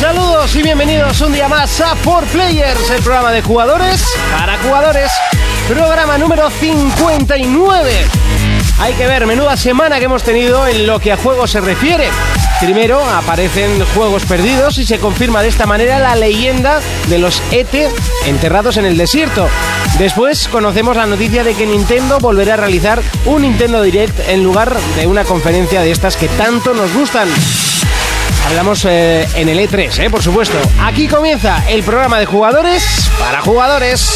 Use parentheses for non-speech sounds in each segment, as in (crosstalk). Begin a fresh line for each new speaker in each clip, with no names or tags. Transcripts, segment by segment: todos y bienvenidos un día más a 4Players, el programa de jugadores para jugadores, programa número 59. Hay que ver, menuda semana que hemos tenido en lo que a juegos se refiere. Primero aparecen juegos perdidos y se confirma de esta manera la leyenda de los ET enterrados en el desierto. Después conocemos la noticia de que Nintendo volverá a realizar un Nintendo Direct en lugar de una conferencia de estas que tanto nos gustan. Hablamos eh, en el E3, eh, por supuesto. Aquí comienza el programa de jugadores para jugadores.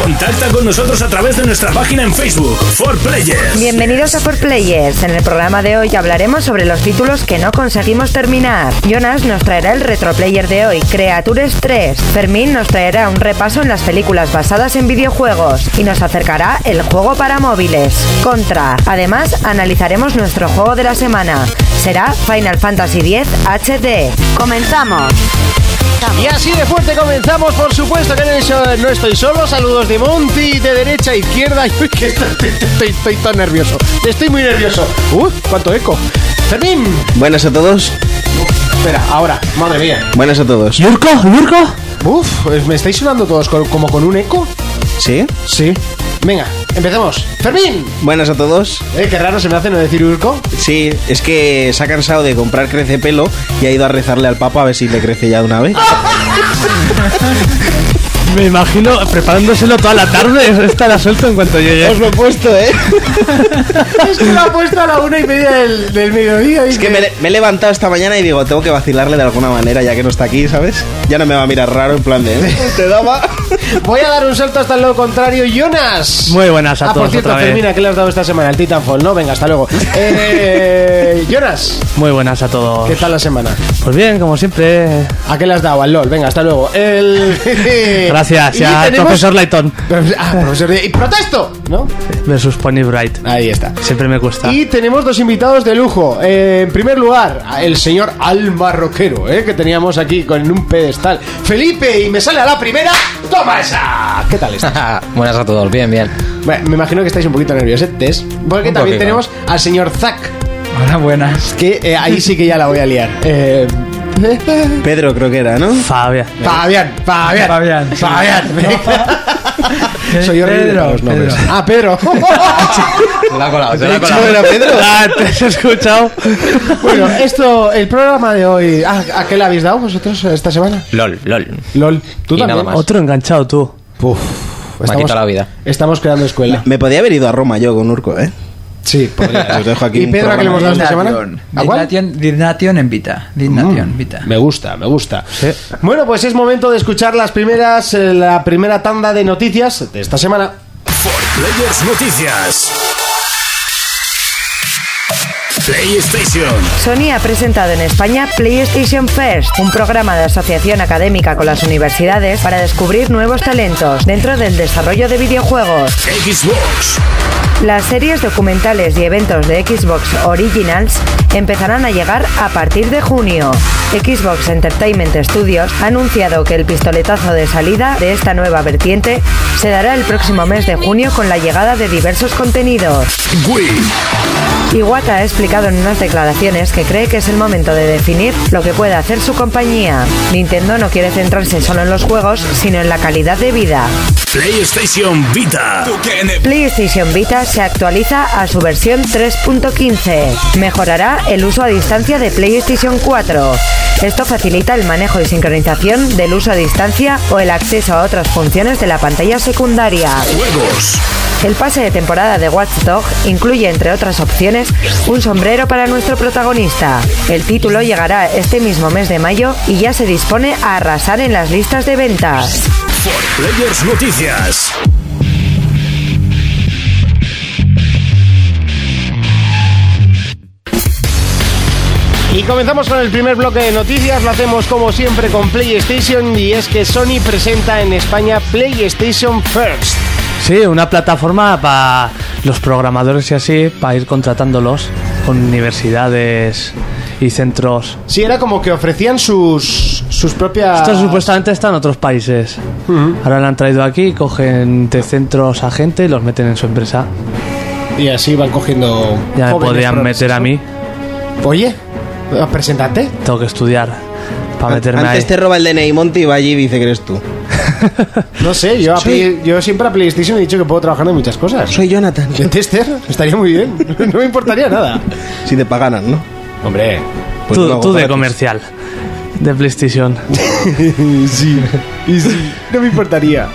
Contacta con nosotros a través de nuestra página en Facebook, For Players.
Bienvenidos a For Players. En el programa de hoy hablaremos sobre los títulos que no conseguimos terminar. Jonas nos traerá el retroplayer de hoy, Creatures 3. Fermín nos traerá un repaso en las películas basadas en videojuegos y nos acercará el juego para móviles, Contra. Además, analizaremos nuestro juego de la semana. Será Final Fantasy X HD. ¡Comenzamos!
Y así de fuerte comenzamos, por supuesto que no, es- no estoy solo. Saludos de Monty, de derecha a izquierda. (laughs) Uy, que estoy, estoy- estoy tan nervioso. Estoy muy nervioso. Uy, cuánto eco. Fermín.
Buenas a todos.
Espera, ahora, madre mía.
Buenas a todos.
¿Lurco? ¿Lurco? Uf, pues me estáis sonando todos co- como con un eco.
¿Sí?
Sí. Venga, empecemos. Fermín.
Buenas a todos.
Eh, qué raro se me hace no decir Urco.
Sí, es que se ha cansado de comprar crece pelo y ha ido a rezarle al Papa a ver si le crece ya de una vez.
Me imagino preparándoselo toda la tarde. (laughs) Está la suelto en cuanto llegue.
lo he puesto, ¿eh?
(laughs) Es que lo ha puesto a la una y media del, del mediodía. y
Es que me, me he levantado esta mañana y digo, tengo que vacilarle de alguna manera ya que no está aquí, ¿sabes? Ya no me va a mirar raro en plan de... "Eh,
(laughs)
¿Te daba?
Voy a dar un salto hasta el lado contrario, Jonas.
Muy buenas a
ah,
todos
por cierto,
otra vez.
Fermina, ¿qué le has dado esta semana? El Titanfall, ¿no? Venga, hasta luego. Eh, Jonas,
Muy buenas a todos.
¿qué tal la semana?
Pues bien, como siempre.
¿A qué le has dado? Al LOL, venga, hasta luego. El... (laughs)
Gracias,
Y
ya
tenemos-
profesor Layton
Ah, profesor de- ¡Y protesto! ¿No?
versus Pony Bright.
Ahí está.
Siempre me cuesta.
Y tenemos dos invitados de lujo. Eh, en primer lugar, el señor Alma Roquero, eh, que teníamos aquí con un pedestal. Felipe, y me sale a la primera. ¡Toma esa! ¿Qué tal
(laughs)
estás?
Buenas a todos, bien, bien.
Bueno, me imagino que estáis un poquito nerviosetes. Porque también
Un poquito.
tenemos al señor Zack,
Hola, buenas.
que eh, ahí sí que ya la voy a liar. Eh,
Pedro creo que era, ¿no?
Fabia.
Fabián, Fabián,
Fabián.
Fabián.
(laughs)
Soy horrible
Pedro,
para los nombres.
Pedro.
Ah, Pedro. (laughs)
Se la ha colado, se la ha colado.
¿No era Pedro?
Ah, te has escuchado.
bueno, esto, el programa de hoy. ¿A, a qué le habéis dado vosotros esta semana?
LOL, LOL.
LOL. ¿Tú
Y
también?
nada más.
Otro enganchado tú.
Puf,
Me ha quitado la vida.
Estamos creando
(laughs)
escuela.
Me podía haber ido a Roma yo con Urco, ¿eh?
Sí, podría.
Os dejo aquí
¿Y
un
Pedro a qué le
programa.
hemos dado esta
Dignation.
semana? ¿A cuál?
Dignation- Dignation en Vita. Dignation Vita.
Me gusta, me gusta. Bueno, pues es momento de escuchar las primeras, eh, la primera tanda de noticias de esta semana.
Players Noticias. PlayStation.
Sony ha presentado en España PlayStation First, un programa de asociación académica con las universidades para descubrir nuevos talentos dentro del desarrollo de videojuegos.
Xbox.
Las series documentales y eventos de Xbox Originals empezarán a llegar a partir de junio. Xbox Entertainment Studios ha anunciado que el pistoletazo de salida de esta nueva vertiente se dará el próximo mes de junio con la llegada de diversos contenidos.
Wii.
Iwata ha explicado en unas declaraciones que cree que es el momento de definir lo que puede hacer su compañía. Nintendo no quiere centrarse solo en los juegos, sino en la calidad de vida.
PlayStation Vita.
PlayStation Vita se actualiza a su versión 3.15. Mejorará el uso a distancia de PlayStation 4. Esto facilita el manejo y sincronización del uso a distancia o el acceso a otras funciones de la pantalla secundaria.
Juegos.
El pase de temporada de Watch Dog incluye, entre otras opciones, un sombrero para nuestro protagonista. El título llegará este mismo mes de mayo y ya se dispone a arrasar en las listas de ventas.
Players Noticias.
Y comenzamos con el primer bloque de noticias, lo hacemos como siempre con PlayStation y es que Sony presenta en España PlayStation First.
Sí, una plataforma para los programadores y así, para ir contratándolos con universidades y centros.
Sí, era como que ofrecían sus, sus propias...
Ah.
Esto supuestamente está en otros países. Ahora lo han traído aquí, cogen de centros a gente y los meten en su empresa.
Y así van cogiendo.
Ya me
jóvenes
podrían
promesas,
meter a
¿no?
mí.
Oye, presentate.
Tengo que estudiar para meterme
Antes
ahí.
te roba el DNI Monty y va allí y dice que eres tú.
No sé, yo, a
Soy-
Play- yo siempre a PlayStation he dicho que puedo trabajar en muchas cosas.
Soy Jonathan.
¿De tester? Estaría muy bien. No me importaría nada.
Si te pagaran, ¿no?
Hombre.
Pues
tú
lo hago
tú de
gratis.
comercial. De PlayStation.
sí, y sí, no me importaría.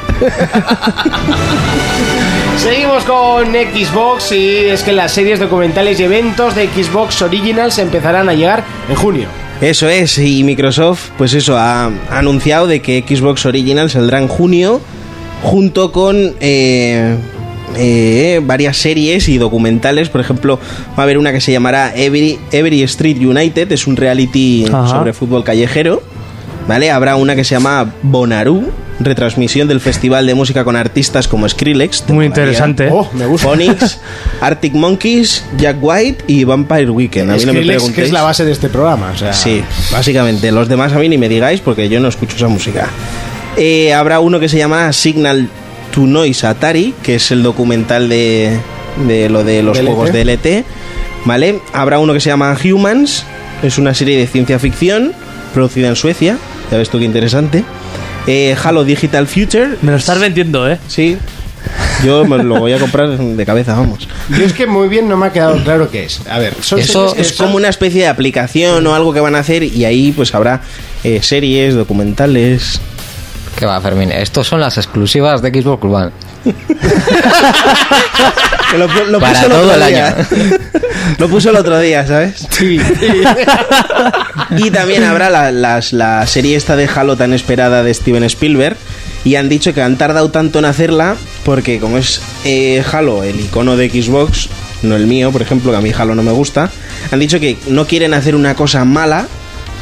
Seguimos con Xbox y es que las series documentales y eventos de Xbox Originals empezarán a llegar en junio.
Eso es, y Microsoft, pues eso, ha ha anunciado de que Xbox Original saldrá en junio junto con eh, eh, varias series y documentales. Por ejemplo, va a haber una que se llamará Every, Every Street United, es un reality
Ajá.
sobre fútbol callejero. ¿Vale? Habrá una que se llama Bonarú, retransmisión del festival de música con artistas como Skrillex. te
Muy
molaría.
interesante.
Oh, me gusta.
Phonics, Arctic Monkeys, Jack White y Vampire Weekend. A mí no me
Skrillex, que es
preguntéis.
la base de este programa. O sea,
Sí, básicamente. Los demás a mí ni me digáis porque yo no escucho esa música. Eh, habrá uno que se llama Signal to Noise Atari, que es el documental de, de lo de los
DLT.
juegos de LT. ¿Vale? Habrá uno que se llama Humans, es una serie de ciencia ficción producida en Suecia. Ya ves tú qué interesante. Eh, Halo Digital Future.
Me lo estás vendiendo, ¿eh?
Sí. Yo me lo voy a comprar de cabeza, vamos.
Yo es que muy bien no me ha quedado claro qué es. A ver, son
Eso
series que
Es
son-
como una especie de aplicación o algo que van a hacer y ahí pues habrá eh, series, documentales,
¿Qué va, Fermín? Estos son las exclusivas de Xbox One.
Que lo, pu- lo
Para
puso el
todo
otro
el
día.
año.
(laughs) lo puso el otro día, ¿sabes?
Sí.
Y también habrá la, las- la serie esta de Halo tan esperada de Steven Spielberg. Y han dicho que han tardado tanto en hacerla porque como es eh, Halo el icono de Xbox, no el mío, por ejemplo, que a mí Halo no me gusta, han dicho que no quieren hacer una cosa mala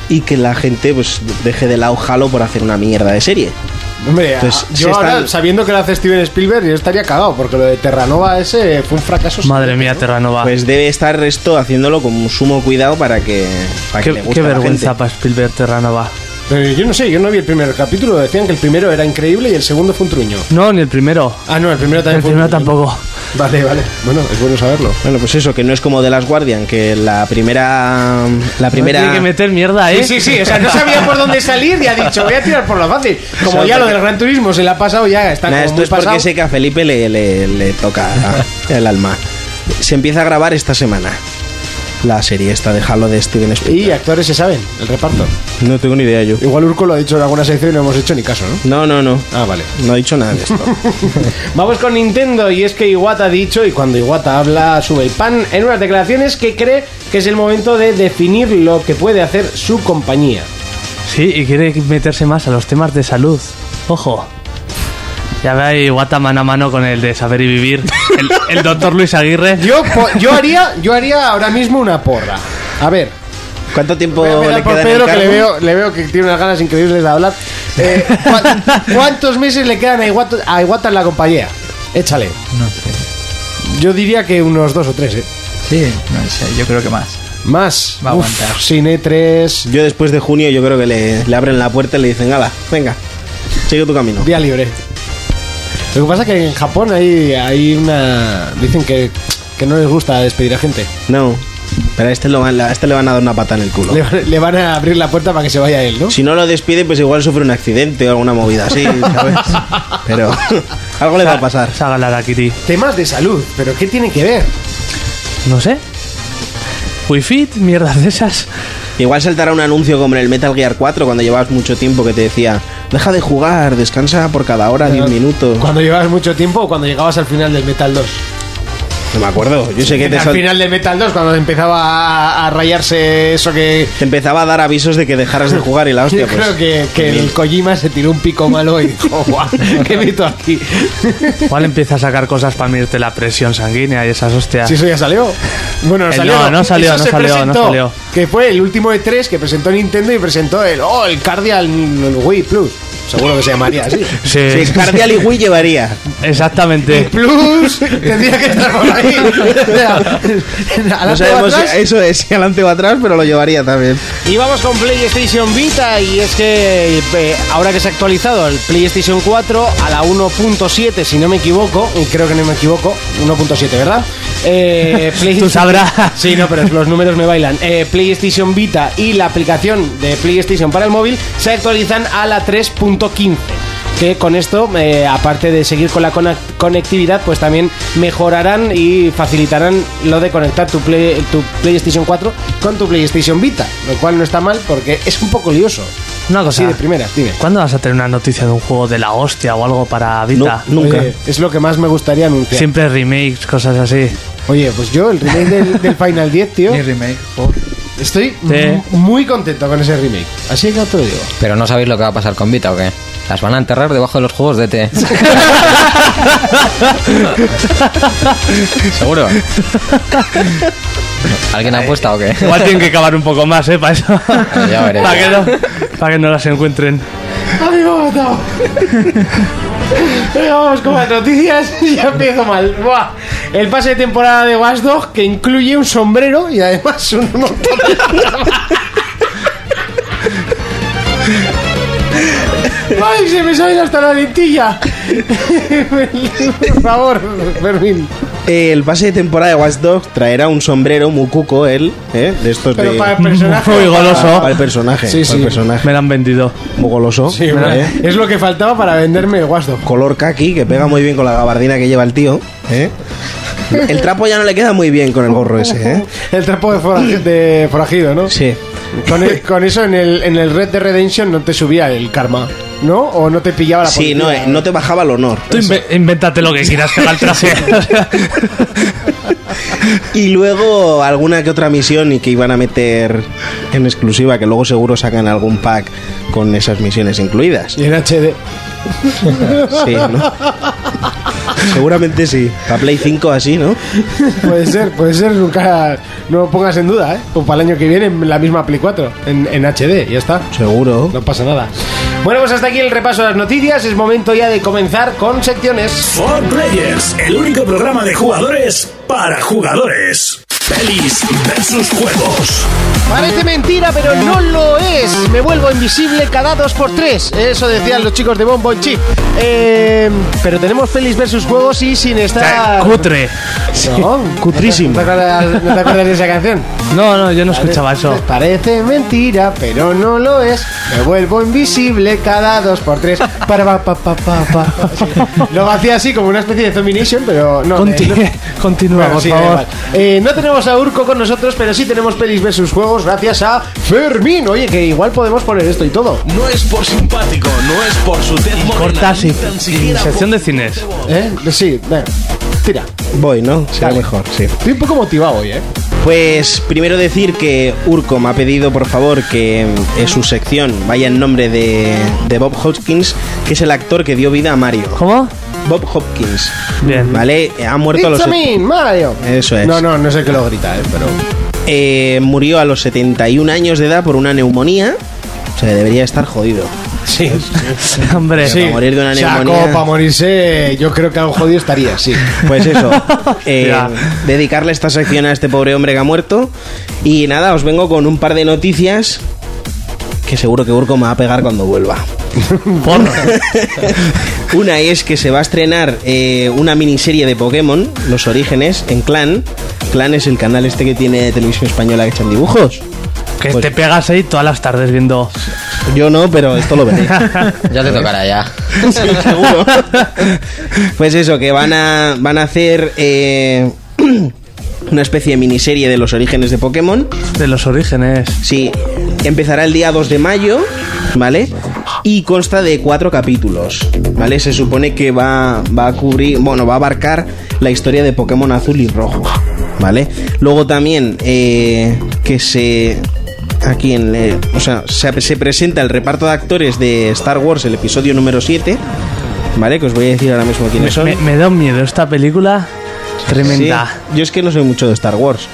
y que la gente pues deje de lado Halo por hacer una mierda de serie.
Hombre, ah,
Entonces,
yo
se
ahora,
están-
sabiendo que lo hace Steven Spielberg, yo estaría cagado, porque lo de Terranova ese fue un fracaso.
Madre mía, Terranova.
Pues debe estar esto haciéndolo con sumo cuidado para que... Para que le
qué,
guste
qué
a la gente.
vergüenza para Spielberg Terranova.
Pero yo no sé, yo no vi el primer capítulo. Decían que el primero era increíble y el segundo fue un truño.
No, ni el primero.
Ah, no, el primero también
El
fue un
primero
truño.
tampoco.
Vale, vale. Bueno, es bueno saberlo.
Bueno, pues eso, que no es como de las Guardian, que la primera. La
Primera...
primera.
que meter mierda, ¿eh?
Sí, sí, sí. O sea, no sabía por dónde salir y ha dicho, voy a tirar por lo fácil. Como ya lo del Gran Turismo se le ha pasado, ya está
Nada,
como
esto
muy
es porque
pasado.
sé que a Felipe le, le-
(laughs)
le toca el alma. Se empieza a grabar esta semana. La serie esta de Halo de Steven
Y
Spielberg.
actores se saben, el reparto.
No tengo ni idea yo.
Igual Urco lo ha dicho en alguna sección y no hemos hecho ni caso, ¿no?
No, no, no.
Ah, vale.
No ha dicho nada de
(laughs)
esto.
Vamos con Nintendo y es que Iwata ha dicho, y cuando Iwata habla sube el pan, en unas declaraciones que cree que es el momento de definir lo que puede hacer su compañía.
Sí, y quiere meterse más a los temas de salud. Ojo. Ya ve ahí Wata mano a mano con el de saber y vivir. El, el doctor Luis Aguirre.
Yo, po- yo, haría, yo haría ahora mismo una porra. A ver,
¿Cuánto tiempo
voy a mirar
le
por
queda en el
Pedro que le
cargo?
veo, le veo que tiene unas ganas increíbles de hablar. Eh, ¿cu- ¿Cuántos meses le quedan a Iwata, a Iwata en la compañía? Échale.
No sé.
Yo diría que unos dos o tres, ¿eh?
Sí, no sé, yo creo que más.
Más.
Va a
Uf,
aguantar.
Sin E E3,
Yo después de junio, yo creo que le, le abren la puerta y le dicen, ala, venga, sigue tu camino.
Día libre. Lo que pasa es que en Japón hay, hay una. Dicen que, que no les gusta despedir a gente.
No. Pero a este, lo van- a este le van a dar una pata en el culo.
Le, van- le van a abrir la puerta para que se vaya él, ¿no?
Si no lo despide, pues igual sufre un accidente o alguna movida así, ¿sabes?
(laughs)
Pero algo le va a pasar.
Saga Larakiri.
Temas de salud, pero ¿qué tiene que ver?
No sé. Wi-Fi, mierdas de esas.
Igual saltará un anuncio como en el Metal Gear 4 cuando llevabas mucho tiempo que te decía, deja de jugar, descansa por cada hora 10 minutos.
Cuando llevabas mucho tiempo o cuando llegabas al final del Metal 2.
No me acuerdo, yo sé que te,
al
sal-
final del Metal 2, cuando empezaba a, a rayarse eso que.
te empezaba a dar avisos de que dejaras de jugar y la
(laughs)
hostia,
Yo
pues...
creo que, que el Kojima se tiró un pico malo y dijo,
(laughs)
guau, ¿qué meto aquí?
Igual empieza a sacar cosas para medirte la presión sanguínea y esas hostias.
Si eso ya salió. Bueno, no
Eh,
salió.
no, no salió,
Eso
no
se
salió, no
presentó,
salió.
Que fue el último de tres que presentó Nintendo y presentó el, oh, el Cardial Wii Plus. Seguro que se llamaría así. (laughs)
Sí,
Sí, Cardial y Wii llevaría.
exactamente.
Plus tendría que estar por ahí.
(laughs)
No sabemos, eso es, si adelante o atrás, pero lo llevaría también.
Y vamos con PlayStation Vita y es que eh, ahora que se ha actualizado el PlayStation 4 a la 1.7, si no me equivoco, y creo que no me equivoco, 1.7, ¿verdad? Eh, PlayStation-
sabrás.
Sí, no, pero los números me bailan. Eh, PlayStation Vita y la aplicación de PlayStation para el móvil se actualizan a la 3.15. Que con esto, eh, aparte de seguir con la cona- conectividad, pues también mejorarán y facilitarán lo de conectar tu, Play- tu PlayStation 4 con tu PlayStation Vita. Lo cual no está mal porque es un poco lioso.
Una cosa.
Sí, de primera, dime.
¿Cuándo vas a tener una noticia de un juego de la hostia o algo para Vita?
No, nunca.
Oye, es lo que más me gustaría anunciar.
Siempre remakes, cosas así.
Oye, pues yo, el remake del, del Final 10, (laughs) tío,
Mi remake, por-
estoy
Sí.
m- muy contento con ese remake. Así que no te lo digo.
Pero no sabéis lo que va a pasar con Vita o qué. Las van a enterrar debajo de los juegos de E T. Seguro. ¿Alguien apuesta o qué?
Igual tienen que cavar un poco más, ¿eh? Para eso.
Ya veré.
Para que no, para que no las encuentren.
¡A mí me ha matado! Venga, (laughs) vamos con las noticias. (laughs) ya empiezo mal. Buah. El pase de temporada de Watch Dogs que incluye un sombrero y además un montón de... (laughs) ¡Ay, se me sale hasta la lentilla! (laughs) Por favor, Fermín.
Eh, el pase de temporada de Watch Dogs traerá un sombrero muy cuco, él, ¿eh? de estos
Pero
de...
para el (laughs) personaje...
Muy goloso.
para el personaje,
Sí,
para el
sí.
personaje.
Me la han vendido.
Muy goloso,
Sí,
¿eh?
hombre, Es lo que faltaba para venderme Watch Dogs.
color kaki que pega muy bien con la gabardina que lleva el tío. ¿eh? El trapo ya no le queda muy bien con el gorro ese. ¿eh?
El trapo de, foraji- de forajido, ¿no?
Sí.
Con, el- con eso en el, en el Red de Redemption no te subía el karma, ¿no? O no te pillaba la
Sí,
policía.
no, eh, no te bajaba el honor.
Tú inve- invéntate lo que quieras que va el traje.
(laughs) Y luego alguna que otra misión y que iban a meter en exclusiva, que luego seguro sacan algún pack con esas misiones incluidas.
Y en HD.
Sí, ¿no? Seguramente sí. Para Play 5 así, ¿no?
Puede ser, puede ser. Nunca. No lo pongas en duda, ¿eh? Pues para el año que viene la misma Play 4 en, en HD, ya está.
Seguro.
No pasa nada. Bueno, pues hasta aquí el repaso de las noticias. Es momento ya de comenzar con secciones.
For Players, el único programa de jugadores para jugadores. Pelis versus juegos.
Parece mentira, pero no lo es. Me vuelvo invisible cada dos por tres. Eso decían los chicos de Bombo Chip. Eh, pero tenemos Feliz versus Juegos y sin estar.
Cutre.
No, cutrísimo. ¿No te acuerdas, no te acuerdas de esa canción?
No, no, yo no escuchaba eso.
Parece mentira, pero no lo es. Me vuelvo invisible cada dos por tres. Para, pa, pa, pa, pa,
(laughs)
pa. Sí. Lo hacía así como una especie de Domination, pero no.
Conti-
eh, no-
(laughs) Continúa,
Bueno,
por
sí, da
favor.
igual. Eh, no tenemos a Urco con nosotros, pero sí tenemos pelis versus juegos gracias a Fermín. Oye, que igual podemos poner esto y todo.
No es por simpático, no es por su tez morena,
Cortas y,
ni tan
y
siquiera
sección
por-
de cines.
¿Eh? Sí, venga. Tira.
Voy, ¿no? Será
Dale.
mejor, sí.
Estoy un poco motivado hoy, ¿eh?
Pues primero decir que Urco me ha pedido por favor que mm, en su sección vaya en nombre de, de Bob Hopkins, que es el actor que dio vida a Mario.
¿Cómo?
Bob Hopkins.
Bien.
¿Vale? Ha muerto a los.
It's a me, Mario.
Eso es.
No, no, no sé qué lo grita, ¿eh? Pero.
eh, murió a los 71 años de edad por una neumonía. O sea, debería estar jodido.
Sí.
Hombre,
Sí. Para morir de una
O sea,
neumonía.
como para morirse, yo creo que a un jodido estaría, sí.
Pues
(laughs)
eso, eh,
Ya.
dedicarle esta sección a este pobre hombre que ha muerto. Y nada, os vengo con un par de noticias que seguro que Urco me va a pegar cuando vuelva. (laughs)
porro.
Una es que se va a estrenar eh, una miniserie de Pokémon, Los Orígenes, en Clan. Clan es el canal este que tiene televisión española que echan dibujos.
Que
Pues-
te pegas ahí todas las
(laughs)
tardes viendo.
Yo no, pero esto lo veré.
Ya te tocará ya.
Sí, seguro. Pues eso, que van a, van a hacer eh, (clears throat) una especie de miniserie de los orígenes de Pokémon.
De los orígenes.
Sí, empezará el día 2 de mayo, ¿vale? Y consta de cuatro capítulos, ¿vale? Se supone que va, va a cubrir, bueno, va a abarcar la historia de Pokémon azul y rojo, ¿vale? Luego también eh, que se... Aquí en... le- o sea, se, se presenta el reparto de actores de Star Wars, el episodio número 7, ¿vale? Que os voy a decir ahora mismo quiénes son.
Me, me da un miedo esta película. Tremenda.
Sí, yo es que no soy mucho de Star Wars,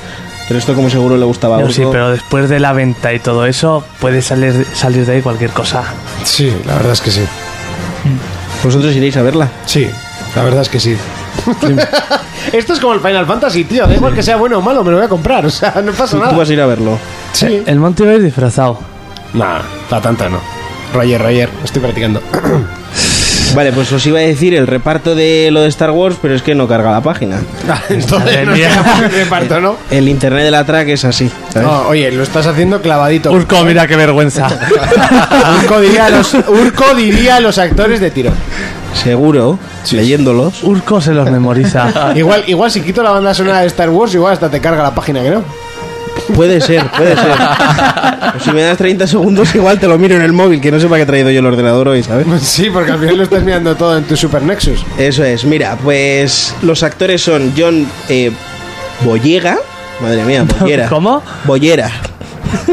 pero esto como seguro le gustaba a
Yo sí,
Urco.
pero después de la venta y todo eso, puede salir, salir de ahí cualquier cosa.
Sí, la verdad es que sí.
Vosotros iréis a verla.
Sí.
La verdad es que sí.
(laughs) Esto es como el Final Fantasy, tío. Da igual que sea bueno o malo, me lo voy a comprar. (laughs) O sea, no pasa
Tú
nada.
vas a ir a verlo.
Sí.
El Monty va a ir disfrazado.
Nah, para tanto no. Roger, Roger, estoy practicando.
Vale, pues os iba a decir el reparto de lo de Star Wars, pero es que no carga la página.
(laughs) Entonces,
Madre
no
mía.
sé, (laughs) reparto, ¿no?
El internet de la track es así, ¿sabes?
No, oye, lo estás haciendo clavadito.
Urco, mira qué vergüenza.
(laughs) Urco diría a los, Urco diría a los actores de tiro.
Seguro, leyéndolos.
Urco se los
(laughs)
memoriza.
Igual, igual si quito la banda sonora de Star Wars, igual hasta te carga la página que no.
Puede ser, puede ser. Pues si me das 30 segundos, igual te lo miro en el móvil, que no sepa que he traído yo el ordenador hoy, ¿sabes?
(laughs) Sí, porque al final lo estás mirando todo en tu Super Nexus.
Eso es, mira, pues los actores son John eh, Boyega. Madre mía, Bollera.
¿Cómo?
Bollera.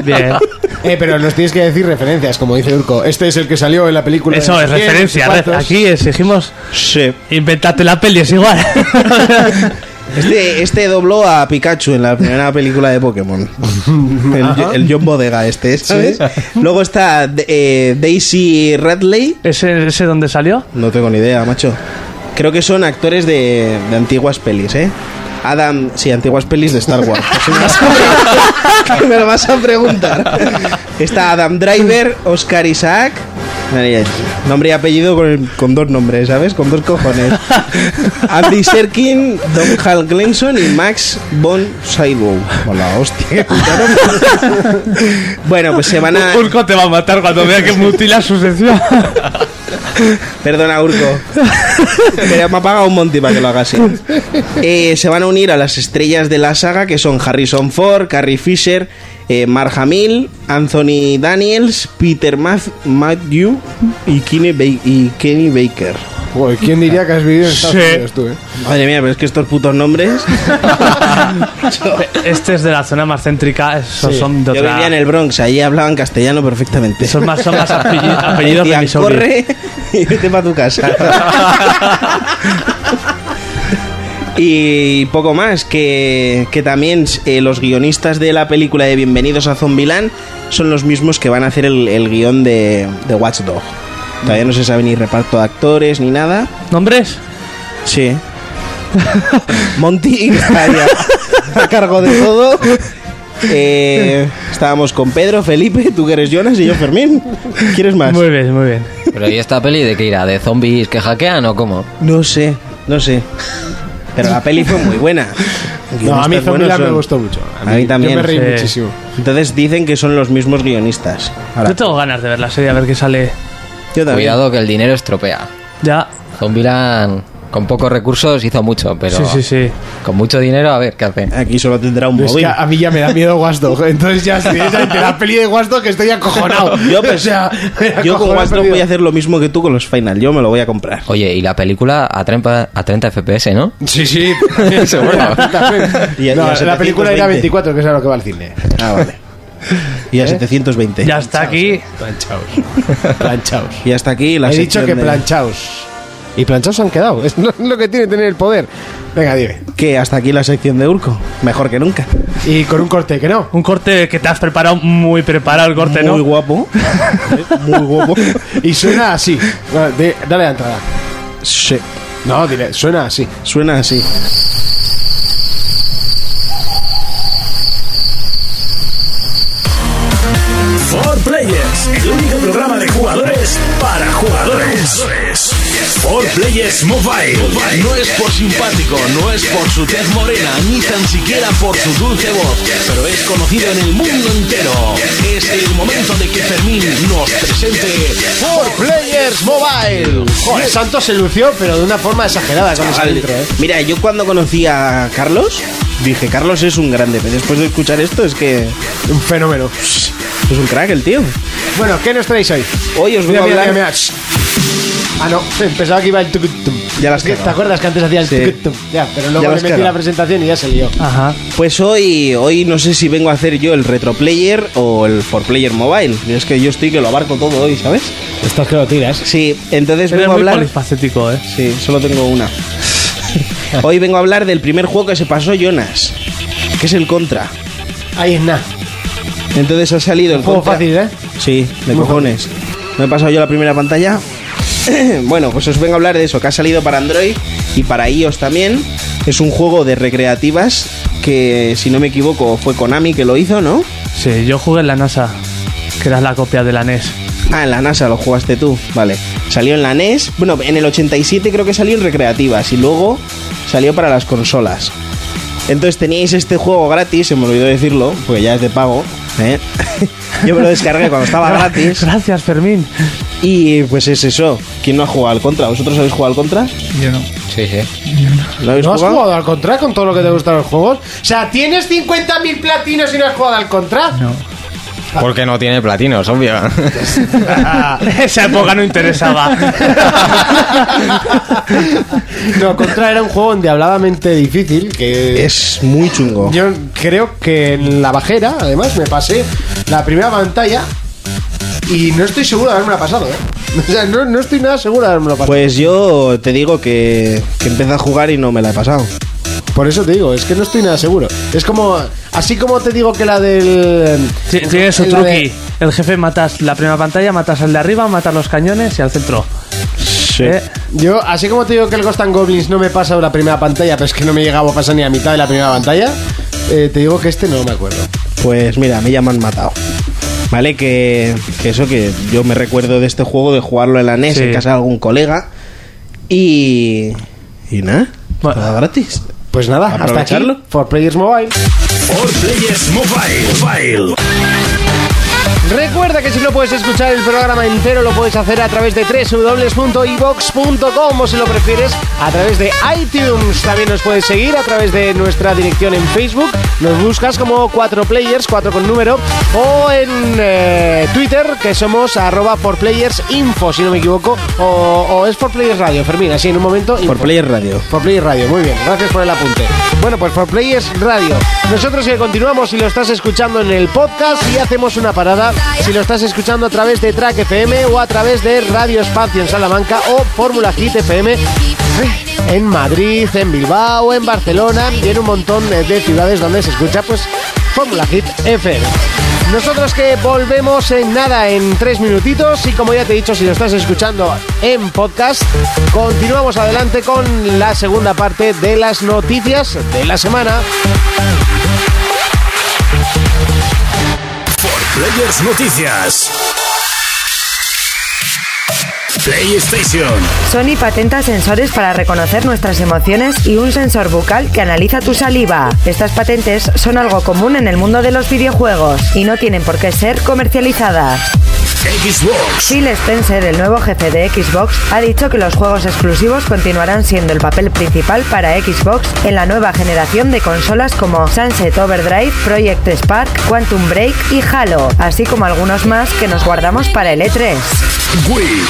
Bien. (laughs)
Eh, pero nos tienes que decir referencias, como dice Urco. Este es el que salió en la película. de
Eso
no
es
sé quién,
referencia.
no sé cuántos.
Aquí exigimos.
Sí.
Inventate la peli, es igual.
Este, este dobló a Pikachu en la primera película de Pokémon. El, el John Bodega este, ¿sabes? Luego está eh, Daisy Radley.
(laughs) ¿Ese, ¿Ese dónde salió?
No tengo ni idea, macho. Creo que son actores de, de antiguas pelis, ¿eh? Adam, sí, antiguas pelis de Star Wars. Pues me, vas a, me lo vas a preguntar. Está Adam Driver, Oscar Isaac. María, Nombre y apellido con, con dos nombres, ¿sabes? Con dos cojones. Andy Serkin, Don Hal Glenson y Max von Sydow. Hola, hostia. bueno, pues se van a.
Urco te va a matar cuando vea que mutila su sección.
Perdona, Urco. Pero me ha pagado un monte para que lo haga así. Eh, se van a unir a las estrellas de la saga, que son Harrison Ford, Carrie Fisher, eh, Mark Hamill, Anthony Daniels, Peter Math- Matthew y Kenny, Ba- y Kenny Baker.
Joder, ¿Quién diría que has vivido en Estados
Sí.
Unidos tú, eh?
Madre mía, pero es que estos putos nombres...
(laughs) Este es de la zona más céntrica. Esos son de
Yo
otra.
vivía en el Bronx, allí hablaban castellano perfectamente.
Son más, son
(laughs)
más apelli- apellidos de
Decían,
Missouri.
corre (laughs) y vete para tu casa. y poco más, que, que también eh, los guionistas de la película de Bienvenidos a Zombieland son los mismos que van a hacer el, el guión de, de Watch Dog. Todavía no se sabe ni reparto de actores ni nada.
¿Nombres?
Sí. Monty Gaia, a cargo de todo. Eh, estábamos con Pedro, Felipe, tú que eres Jonas y yo Fermín. ¿Quieres más?
Muy bien, muy bien.
Pero ¿y esta peli de qué irá? ¿De zombies que hackean o cómo?
No sé, no sé. Pero la peli fue muy
(laughs)
buena.
No, a mí
Guionistas buenos
Zombieland me
son.
gustó mucho.
A mí también,
Yo me reí
sí.
muchísimo.
Entonces dicen que son los mismos guionistas. Ahora,
Yo tengo ganas de ver la serie, a ver qué sale.
yo también.
Cuidado que el dinero estropea.
Ya.
Zombieland con pocos recursos hizo mucho, pero
Sí, sí, sí.
con mucho dinero a ver qué hacen.
Aquí solo tendrá un
Es
móvil.
que a mí ya me da miedo Wasdog. (laughs) Entonces ya estoy ya ante la peli de Wasdog que estoy acojonado.
(laughs)
(laughs)
Yo, pues,
o sea, me
Yo con
acojona
Watch Dogs
perdido.
voy a hacer lo mismo que tú con los Final. Yo me lo voy a comprar.
Oye, y la película a 30, a 30 FPS, ¿no?
Sí, sí. (laughs)
Seguro.
(laughs) Y a- y a
No, la
720.
película irá a 24, que es a lo que va al cine.
Ah, vale. Y a
¿Eh?
720.
Ya está aquí.
Planchaos. Planchaos.
Y hasta aquí la
He
sección
dicho que
de-
planchaos. Y planchaos han quedado. (laughs) Es lo, lo que tiene tener el poder. Venga, dime.
que hasta aquí la sección de Urco. Mejor que nunca.
Y con un corte que no.
Un corte que te has preparado muy preparado el corte, ¿no?
Muy guapo. Muy guapo.
Y suena así. No, di- Dale la entrada.
Sí.
No, dile, suena así.
Suena así.
For Players, el único programa de jugadores para jugadores. For Players Mobile.
No es por simpático, no es por su tez morena, ni tan siquiera por su dulce voz, pero es conocido en el mundo entero. Es el momento de que Fermín nos presente
For Players Mobile. Joder, Santos se lució, pero de una forma exagerada con esa
Al-
intro, ¿eh?
Mira, yo cuando conocí a Carlos, dije, Carlos es un grande. Pero después de escuchar esto, es que
Un fenómeno.
es un crack el tío.
Bueno, ¿qué nos traéis hoy?
Hoy os voy
Mira,
a
mira,
hablar...
mira, mira. Shh. Ah, no, pensaba que iba el tucutum.
Ya las
¿Te
cagado.
acuerdas que antes hacía el
Sí.
tucutum? Ya, pero
Ya
luego
las
le metí
cagado.
la presentación y ya se lió.
Ajá.
Pues hoy, hoy no sé si vengo a hacer yo el retro player o el for player mobile. Es que yo estoy que lo abarco todo hoy, ¿sabes?
Estás que lo tiras.
Sí, entonces
Eres
vengo a
muy
hablar...
polifacético, ¿eh?
Sí, solo tengo
(laughs)
una. Hoy vengo a hablar del primer juego que se pasó Jonas, que es el Contra.
Ahí es nada.
Entonces ha salido el
Juego
Contra.
fácil, ¿eh?
Sí, de (clears throat) cojones. Me he pasado yo la primera pantalla. bueno, pues os vengo a hablar de eso, que ha salido para Android y para iOS también. Es un juego de recreativas que, si no me equivoco, fue Konami que lo hizo, ¿no?
Sí, yo jugué en la NASA, que era la copia de la E NES.
Ah, en la NASA lo jugaste tú, vale. Salió en la NES, bueno, en el 87 creo que salió en recreativas y luego salió para las consolas. Entonces teníais este juego gratis, se me olvidó decirlo, porque ya es de pago. ¿eh? (laughs) Yo me lo descargué
(laughs)
cuando estaba gratis.
Gracias, Fermín.
Y pues es eso. ¿Quién no ha jugado al contra? ¿Vosotros habéis jugado al contra?
Yo
(laughs)
no.
Sí, sí.
¿Lo habéis
¿No has jugado al contra con todo lo que te gustan los juegos? O sea,
(laughs)
¿tienes 50.000 platinos y no has jugado al contra?
No.
Porque no tiene platinos, obvio.
Esa época no interesaba.
No, contra era un juego endiabladamente difícil que...
Es muy chungo.
Yo creo que en la bajera, además, me pasé la primera pantalla y no estoy seguro de haberme la pasado, ¿eh? (laughs) O sea, no, no estoy nada seguro de haberme la pasado.
Pues yo te digo que, que empecé a jugar y no me la he pasado.
Por eso te digo, es que no estoy nada seguro. Es como... Así como te digo que la del...
Sí, Tiene su
la de-
truqui. El jefe matas la primera pantalla, matas al de arriba, matas los cañones y al centro.
Sí.
Eh,
Yo, así como te digo que el Ghost and Goblins no me pasa de la primera pantalla, pero es que no me llegaba a pasar ni a mitad de la primera pantalla, eh, te digo que este no me acuerdo.
Pues mira, a mí ya me han matado. Vale, que, que eso que yo me recuerdo de este juego de jugarlo en la NES
Sí.
en casa de algún colega. Y. Y nada.
Bueno.
nada gratis.
Pues nada, hasta aquí.
Aprovecharlo.
For Players Mobile.
For Players Mobile. Mobile.
Recuerda que si no puedes escuchar el programa entero, lo puedes hacer a través de www.ibox.com o si lo prefieres, a través de iTunes. También nos puedes seguir a través de nuestra dirección en Facebook. Nos buscas como 4 Players, 4 con número, o en eh, Twitter, que somos arroba por Players Info, si no me equivoco, o, o es por Players Radio, Fermín, así en un momento.
Por
info.
Player Radio.
For Players Radio, muy bien, gracias por el apunte. Bueno, pues For Players Radio. Nosotros que continuamos si lo estás escuchando en el podcast y hacemos una parada si lo estás escuchando a través de Track FM o a través de Radio Espacio en Salamanca o Fórmula Hit FM en Madrid, en Bilbao, en Barcelona y en un montón de de ciudades donde se escucha pues Fórmula Hit FM. Nosotros que volvemos en nada, en tres minutitos. Y como ya te he dicho, si lo estás escuchando en podcast, continuamos adelante con la segunda parte de las noticias de la semana.
Players Noticias. PlayStation.
Sony patenta sensores para reconocer nuestras emociones y un sensor bucal que analiza tu saliva. Estas patentes son algo común en el mundo de los videojuegos y no tienen por qué ser comercializadas.
Xbox.
Phil Spencer, el nuevo jefe de Xbox, ha dicho que los juegos exclusivos continuarán siendo el papel principal para Xbox en la nueva generación de consolas como Sunset Overdrive, Project Spark, Quantum Break y Halo, así como algunos más que nos guardamos para el E3.
Wii.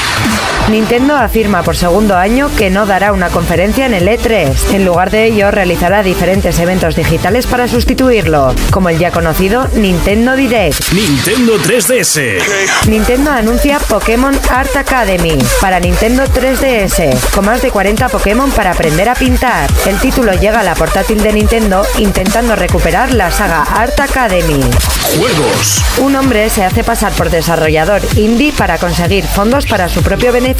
Nintendo afirma por segundo año que no dará una conferencia en el E3. En lugar de ello, realizará diferentes eventos digitales para sustituirlo, como el ya conocido Nintendo Direct.
Nintendo 3DS.
Nintendo anuncia Pokémon Art Academy para Nintendo 3DS, con más de 40 Pokémon para aprender a pintar. El título llega a la portátil de Nintendo intentando recuperar la saga Art Academy.
Juegos.
Un hombre se hace pasar por desarrollador indie para conseguir fondos para su propio beneficio.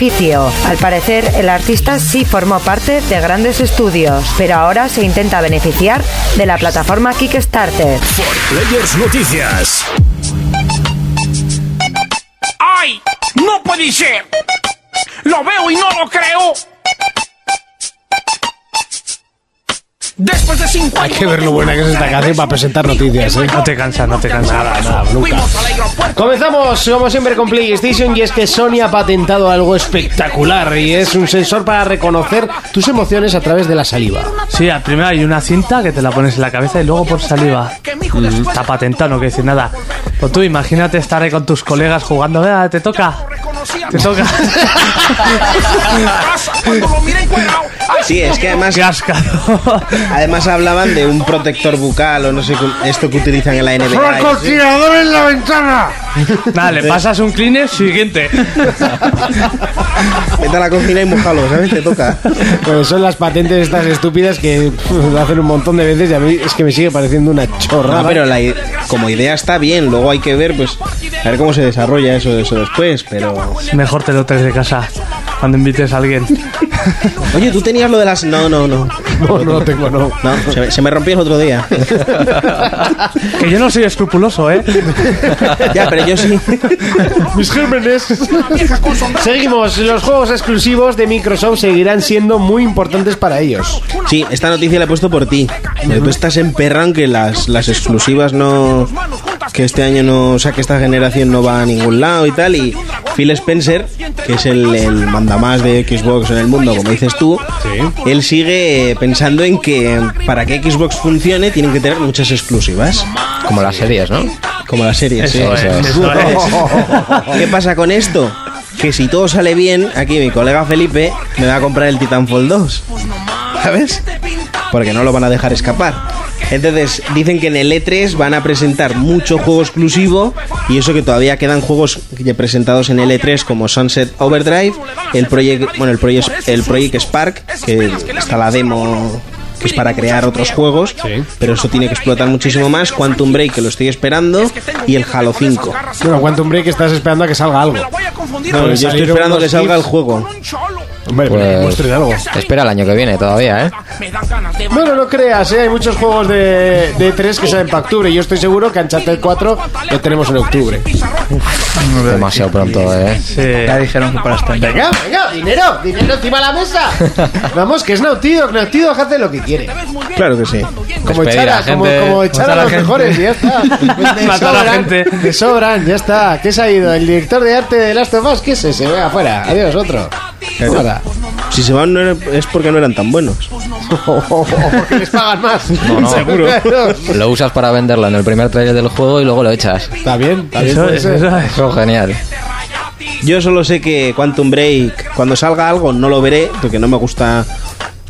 Al parecer, el artista sí formó parte de grandes estudios, pero ahora se intenta beneficiar de la plataforma Kickstarter.
Players Noticias.
¡Ay! ¡No puede ser! ¡Lo veo y no lo creo! Después de cinco años...
Hay que ver lo buena que es esta canción para presentar noticias, ¿eh?
No te cansa, no te cansa. Nada, nada,
nunca.
Fuimos al aeropuerto.
Comenzamos, como siempre, con PlayStation y es que Sony ha patentado algo espectacular y es un sensor para reconocer tus emociones a través de la saliva.
Sí, al primero hay una cinta que te la pones en la cabeza y luego por saliva.
Que mi
Mm,
hijo después
Está patentado, no quiere decir nada. O tú imagínate estar ahí con tus colegas jugando. "Ah, te toca,
reconocía
te
(laughs)
toca.
cuando lo miré
(laughs)
encuerado. Ay,
Sí, es que además,
Qué ascado.
además hablaban de un protector bucal o no sé cu- esto que utilizan en la NBA. y eso.
en la ventana!
(laughs) Nada, le pasas un cleaner, siguiente.
Vete a la cocina y mojalo, ¿sabes? Te toca.
Pues son las patentes estas estúpidas que lo hacen un montón de veces y a mí es que me sigue pareciendo una chorrada.
¿eh?
No, pero la i- como idea está bien, luego hay que ver, pues, a ver cómo se desarrolla eso, eso después, pero...
Mejor te lo traes de casa. cuando invites a alguien.
Oye, tú tenías lo de las. No, no, no.
(laughs) No, no lo tengo, no.
No, se, me- se me rompió el otro día.
Que yo no soy escrupuloso, ¿eh?
ya, pero yo
(laughs)
sí.
(laughs) Mis gérmenes.
Seguimos, los juegos exclusivos de Microsoft seguirán siendo muy importantes para ellos.
Sí, esta noticia la he puesto por ti. Pero Tú estás en perran que las, las exclusivas no. Que este año no. O sea, que esta generación no va a ningún lado y tal. Y Phil Spencer, que es el, el mandamás de Xbox en el mundo, como dices tú, él sigue pensando en que para que Xbox funcione tienen que tener muchas exclusivas.
Como las series, ¿no?
Como la serie, sí.
Eso es.
¿Qué pasa con esto? Que si todo sale bien, aquí mi colega Felipe me va a comprar el Titanfall 2. ¿Sabes? Porque no lo van a dejar escapar. Entonces, dicen que en el E3 van a presentar mucho juego exclusivo y eso que todavía quedan juegos ya presentados en el E3 como Sunset Overdrive, el Project, bueno, el Project, el Project Spark, que está la demo que es para crear otros juegos, pero eso tiene que explotar muchísimo más, Quantum Break que lo estoy esperando y el Halo 5.
Bueno, Quantum Break estás esperando a que salga algo.
No,
Pues
yo estoy
salieron
esperando que
unos
salga el
tips.
juego.
Hombre,
Pues-
muestre algo.
Espera el año que viene todavía, ¿eh?
Bueno, no creas, ¿eh? hay muchos juegos de, de 3 que salen para octubre. Yo estoy seguro que Uncharted 4 lo tenemos en octubre.
Demasiado pronto, ¿eh?
Sí.
Ya dijeron que para esta
Venga, venga, dinero, dinero encima de la
(laughs)
mesa. Vamos, que es Naughty Dog, Naughty Dog hace lo que quiere.
Claro que sí.
Como echar
Despedir a
a, como,
gente,
como echar
matar
a
a la
los
gente.
mejores, y ya
(laughs)
está. Te
Matar a la
sobran,
gente.
Te sobran, ya está. ¿Qué se ha ido? ¿El director de arte de Last of Us? ¿Qué es ese? Venga, afuera. Adiós, otro. Nada.
Si se van no era- es porque no eran tan buenos.
Porque les pagan más.
Seguro.
Claro.
Lo usas para venderlo en el primer trailer del juego y luego lo echas.
Está bien, está bien.
Eso
puede
es,
ser.
eso es.
Eso es genial.
Yo solo sé que Quantum Break, cuando salga algo, no lo veré porque no me gusta.